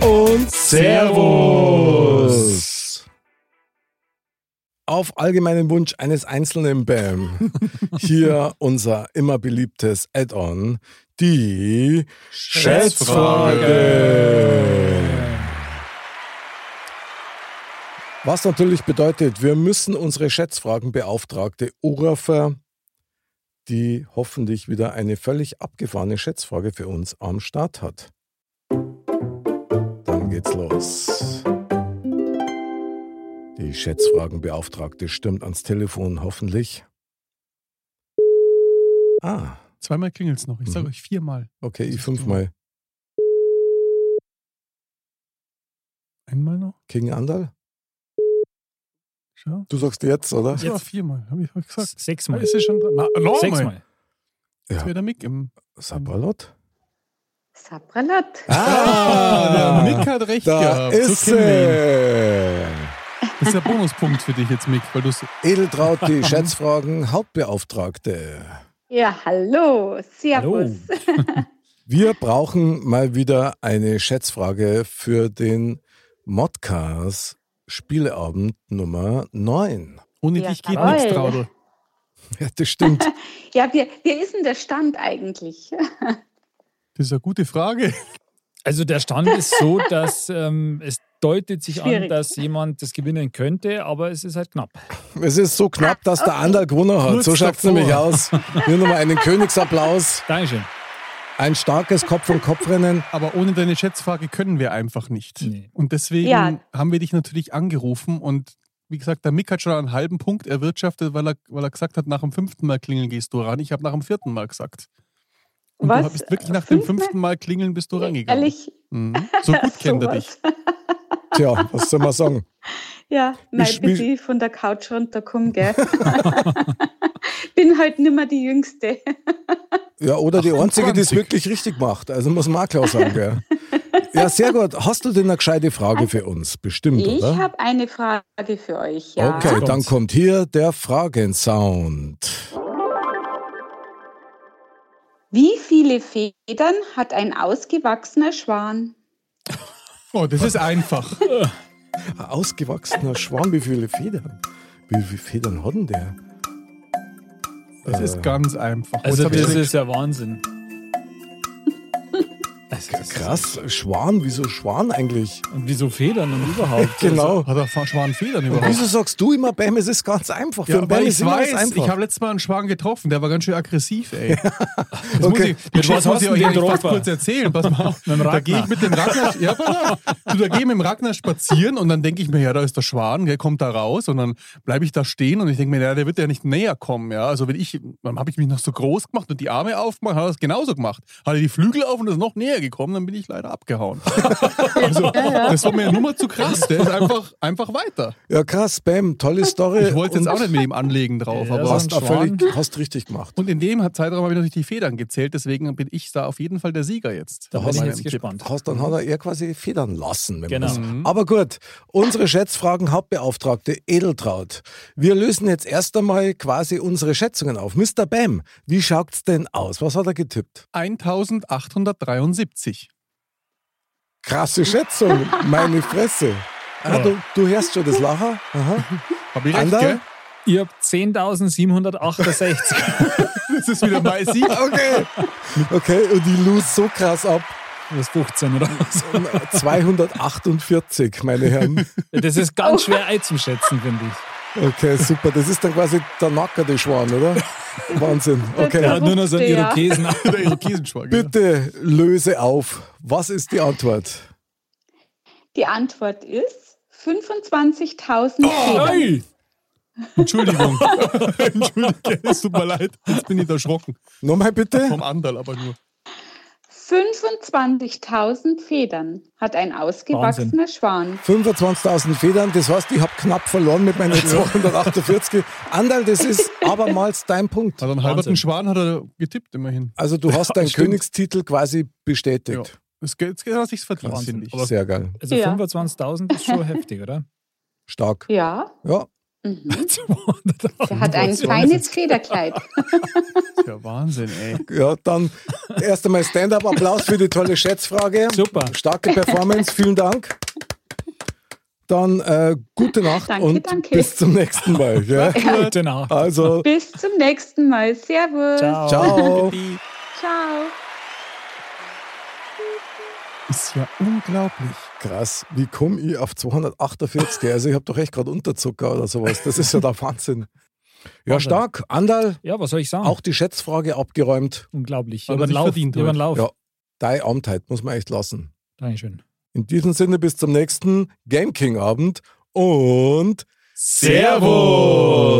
[SPEAKER 2] und Servus. Auf allgemeinen Wunsch eines einzelnen Bam. Hier unser immer beliebtes Add-on, die Schätzfrage. Was natürlich bedeutet, wir müssen unsere Schätzfragenbeauftragte Urafer, die hoffentlich wieder eine völlig abgefahrene Schätzfrage für uns am Start hat. Dann geht's los. Die Schätzfragenbeauftragte stimmt ans Telefon, hoffentlich. Ah,
[SPEAKER 1] Zweimal klingelt es noch. Ich
[SPEAKER 2] Mhm.
[SPEAKER 1] sage euch viermal.
[SPEAKER 2] okay, ich fünfmal.
[SPEAKER 1] Einmal noch?
[SPEAKER 2] King Andal?
[SPEAKER 1] Schau.
[SPEAKER 2] Du sagst jetzt, oder?
[SPEAKER 1] Ja, viermal, habe ich euch gesagt. Da
[SPEAKER 3] Sechsmal.
[SPEAKER 1] ist sie schon dran. Na, nochmal.
[SPEAKER 3] Sechsmal.
[SPEAKER 1] Jetzt
[SPEAKER 2] Ja.
[SPEAKER 1] wäre der Mick im.
[SPEAKER 2] Sabalot?
[SPEAKER 6] Sabralat.
[SPEAKER 1] Ah, der Mick hat recht
[SPEAKER 2] Da
[SPEAKER 1] gehabt. So
[SPEAKER 2] ist
[SPEAKER 1] kennen wir ihn.
[SPEAKER 2] sie!
[SPEAKER 1] Das ist der Bonuspunkt für dich jetzt, Mick, weil du
[SPEAKER 2] Edeltraut, die Schätzfragen Hauptbeauftragte.
[SPEAKER 6] Ja, hallo.
[SPEAKER 3] Hallo.
[SPEAKER 6] Servus.
[SPEAKER 2] Wir brauchen mal wieder eine Schätzfrage für den Modcast Spieleabend Nummer 9.
[SPEAKER 1] ohne
[SPEAKER 6] Ja,
[SPEAKER 1] dich geht
[SPEAKER 6] jawohl.
[SPEAKER 1] nichts, Traudel.
[SPEAKER 2] Ja, das stimmt.
[SPEAKER 6] Ja, wie, wie ist denn der Stand eigentlich?
[SPEAKER 1] Das ist eine gute Frage.
[SPEAKER 3] Also der Stand ist so, dass ähm, es deutet sich an,
[SPEAKER 6] Schwierig.
[SPEAKER 3] dass jemand das gewinnen könnte, aber es ist halt knapp.
[SPEAKER 2] Es ist so knapp, dass der Anderl gewonnen hat.
[SPEAKER 1] Kurz
[SPEAKER 2] So schaut's
[SPEAKER 1] davor.
[SPEAKER 2] nämlich aus. Hier nochmal einen Königsapplaus.
[SPEAKER 3] Dankeschön.
[SPEAKER 2] Ein starkes Kopf-und-Kopf-Rennen.
[SPEAKER 1] Aber ohne deine Schätzfrage können wir einfach nicht.
[SPEAKER 3] Nee.
[SPEAKER 1] Und deswegen
[SPEAKER 6] Ja.
[SPEAKER 1] haben wir dich natürlich angerufen und wie gesagt, der Mick hat schon einen halben Punkt erwirtschaftet, weil er, weil er gesagt hat, nach dem fünften Mal klingeln gehst du ran. Ich habe nach dem vierten Mal gesagt. Und du
[SPEAKER 6] Was?
[SPEAKER 1] bist wirklich nach dem
[SPEAKER 6] Fünfmal?
[SPEAKER 1] fünften Mal klingeln bist du rangegangen.
[SPEAKER 6] Ehrlich?
[SPEAKER 1] Mhm. So gut kennt er dich.
[SPEAKER 6] sowas.
[SPEAKER 2] Tja, was soll man sagen?
[SPEAKER 6] Ja, mein
[SPEAKER 2] Ich-
[SPEAKER 6] bitte von der Couch runterkommen, gell? Bin halt nicht mehr die Jüngste.
[SPEAKER 2] Ja, oder die einzige, die es
[SPEAKER 1] 28.
[SPEAKER 2] wirklich richtig macht. Also muss man auch klar sagen, gell? Ja, sehr gut. Hast du denn eine gescheite Frage für uns? Bestimmt,
[SPEAKER 6] Ich
[SPEAKER 2] oder?
[SPEAKER 6] habe eine Frage für euch. Ja.
[SPEAKER 2] Okay,
[SPEAKER 3] Kommt.
[SPEAKER 2] dann kommt hier der Fragensound.
[SPEAKER 6] Wie viele Federn hat ein ausgewachsener Schwan?
[SPEAKER 1] Oh, das ist einfach.
[SPEAKER 2] Ein ausgewachsener Schwan, wie viele Federn? Wie viele Federn hat denn der?
[SPEAKER 1] Das ist ganz einfach. Oh,
[SPEAKER 3] Also
[SPEAKER 1] Jetzt hab ich
[SPEAKER 3] das
[SPEAKER 1] den-
[SPEAKER 3] ist ja Wahnsinn. Das ist-
[SPEAKER 2] Krass, Schwan, wieso Schwan eigentlich?
[SPEAKER 3] Und wieso Federn und überhaupt?
[SPEAKER 2] Genau.
[SPEAKER 1] Hat er Fa- Schwanfedern
[SPEAKER 2] Und
[SPEAKER 3] Genau.
[SPEAKER 1] überhaupt?
[SPEAKER 2] wieso sagst du immer, Bam, es ist ganz einfach?
[SPEAKER 1] Ja,
[SPEAKER 2] Für einen
[SPEAKER 1] aber
[SPEAKER 2] Bam
[SPEAKER 1] ich
[SPEAKER 2] ist immer alles
[SPEAKER 1] weiß, ich
[SPEAKER 2] einfach.
[SPEAKER 1] habe letztes Mal einen Schwan getroffen, der war ganz schön aggressiv, ey. Das muss
[SPEAKER 2] Okay.
[SPEAKER 1] ich, den
[SPEAKER 3] Mit was
[SPEAKER 1] Schwanz
[SPEAKER 3] hast
[SPEAKER 1] muss ich
[SPEAKER 3] du
[SPEAKER 1] euch
[SPEAKER 3] den
[SPEAKER 1] eigentlich fast
[SPEAKER 3] getroffen?
[SPEAKER 1] kurz erzählen. Pass mal auf.
[SPEAKER 3] Mit dem
[SPEAKER 1] da
[SPEAKER 3] Ragnar.
[SPEAKER 1] gehe ich mit dem Ragnar, ja, pass auf. Du, da gehe ich mit dem Ragnar spazieren und dann denke ich mir, ja, da ist der Schwan, der kommt da raus und dann bleibe ich da stehen und ich denke mir, ja, der wird ja nicht näher kommen, ja. Also wenn ich, dann habe ich mich noch so groß gemacht und die Arme aufgemacht, hat er das genauso gemacht. Hatte die Flügel auf und ist noch näher gekommen, dann bin ich leider abgehauen. also, das war mir eine Nummer zu krass. Der ist einfach, einfach weiter.
[SPEAKER 2] Ja, krass, Bam, tolle Story.
[SPEAKER 1] Ich wollte jetzt
[SPEAKER 2] Und
[SPEAKER 1] auch nicht mit ihm anlegen drauf,
[SPEAKER 3] Äh, Ja,
[SPEAKER 1] aber.
[SPEAKER 2] Hast,
[SPEAKER 3] Schwan.
[SPEAKER 2] völlig, hast richtig gemacht.
[SPEAKER 1] Und in dem Zeitraum habe ich natürlich die Federn gezählt, deswegen bin ich da auf jeden Fall der Sieger jetzt.
[SPEAKER 3] Da
[SPEAKER 1] Bei
[SPEAKER 3] bin ich
[SPEAKER 1] meinem
[SPEAKER 3] jetzt
[SPEAKER 1] Tipp.
[SPEAKER 3] gespannt.
[SPEAKER 2] Hast, dann hat er eher quasi federn lassen. Wenn
[SPEAKER 3] Genau.
[SPEAKER 2] man das.
[SPEAKER 1] Mhm.
[SPEAKER 2] Aber gut, unsere Schätzfragen-Hauptbeauftragte Edeltraut. Wir lösen jetzt erst einmal quasi unsere Schätzungen auf. Mr. Bam, wie schaut's denn aus? Was hat er getippt?
[SPEAKER 1] 1873.
[SPEAKER 2] Krasse Schätzung, meine Fresse. Ah, du, du hörst schon das Lachen. Aha.
[SPEAKER 1] Hab ich recht,
[SPEAKER 2] Anderl?
[SPEAKER 1] gell?
[SPEAKER 3] Ihr habt 10.768.
[SPEAKER 1] Das ist wieder mein Sieg.
[SPEAKER 2] Okay. Okay, und die lose so krass ab.
[SPEAKER 3] das 15 oder was?
[SPEAKER 2] 248, meine Herren.
[SPEAKER 3] Das ist
[SPEAKER 6] Oh.
[SPEAKER 3] ganz schwer einzuschätzen, finde ich.
[SPEAKER 2] Okay, super. Das ist dann quasi der nackerte Schwan, oder? Wahnsinn.
[SPEAKER 3] Er
[SPEAKER 2] Okay.
[SPEAKER 3] hat nur noch so einen
[SPEAKER 6] Ja.
[SPEAKER 3] Irokesen.
[SPEAKER 1] Der Irokesenschwager.
[SPEAKER 2] Bitte löse auf. Was ist die Antwort?
[SPEAKER 6] Die Antwort ist 25.000 Federn.
[SPEAKER 3] Ui.
[SPEAKER 1] Entschuldigung. Entschuldigung, es tut mir leid. Jetzt bin ich erschrocken.
[SPEAKER 2] Nochmal bitte?
[SPEAKER 1] Vom Anderl aber nur.
[SPEAKER 6] 25.000 Federn hat ein ausgewachsener Schwan.
[SPEAKER 2] 25.000 Federn, das heißt, ich habe knapp verloren mit meinen 248. Anderl, das ist abermals dein Punkt.
[SPEAKER 1] Also einen halberten Schwan hat er getippt, immerhin.
[SPEAKER 2] Also du hast deinen
[SPEAKER 1] stimmt.
[SPEAKER 2] Königstitel quasi
[SPEAKER 1] Ja.
[SPEAKER 2] bestätigt.
[SPEAKER 1] Es geht, es geht, hat sich's verdient,
[SPEAKER 3] Wahnsinn.
[SPEAKER 1] finde ich.
[SPEAKER 3] Aber-
[SPEAKER 2] Sehr geil.
[SPEAKER 3] Also
[SPEAKER 6] Ja.
[SPEAKER 3] 25.000 ist schon heftig, oder?
[SPEAKER 2] Stark.
[SPEAKER 6] Ja,
[SPEAKER 2] Ja.
[SPEAKER 6] mhm. der
[SPEAKER 3] 200.000.
[SPEAKER 6] hat ein feines Federkleid.
[SPEAKER 1] Ja, Wahnsinn, ey.
[SPEAKER 2] Ja, dann erst einmal Stand-up-Applaus für die tolle Schätzfrage.
[SPEAKER 3] Super.
[SPEAKER 2] Starke Performance, vielen Dank. Dann äh, gute Nacht
[SPEAKER 6] Danke,
[SPEAKER 2] und
[SPEAKER 6] danke.
[SPEAKER 2] bis zum nächsten Mal. Gell?
[SPEAKER 3] Gute Nacht.
[SPEAKER 2] Also,
[SPEAKER 6] Bis zum nächsten Mal. Servus.
[SPEAKER 3] Ciao.
[SPEAKER 2] ciao.
[SPEAKER 6] Ciao.
[SPEAKER 1] Ist ja unglaublich.
[SPEAKER 2] Krass, wie komme ich auf 248? Also ich habe doch echt gerade Unterzucker oder sowas. Das ist ja der Wahnsinn. Ja,
[SPEAKER 3] Wahnsinn. Ah.
[SPEAKER 2] stark. Andal,
[SPEAKER 3] Ja, was soll ich sagen?
[SPEAKER 2] auch die Schätzfrage abgeräumt.
[SPEAKER 3] Unglaublich. Ich
[SPEAKER 1] Hat er
[SPEAKER 3] habe einen
[SPEAKER 1] sich
[SPEAKER 3] Lauf.
[SPEAKER 1] verdient
[SPEAKER 3] Ich hab einen
[SPEAKER 1] heute.
[SPEAKER 3] Lauf.
[SPEAKER 2] Ja, deine Amtheit muss man echt lassen.
[SPEAKER 3] Dankeschön.
[SPEAKER 2] In diesem Sinne bis zum nächsten Game King Abend und
[SPEAKER 1] Servus!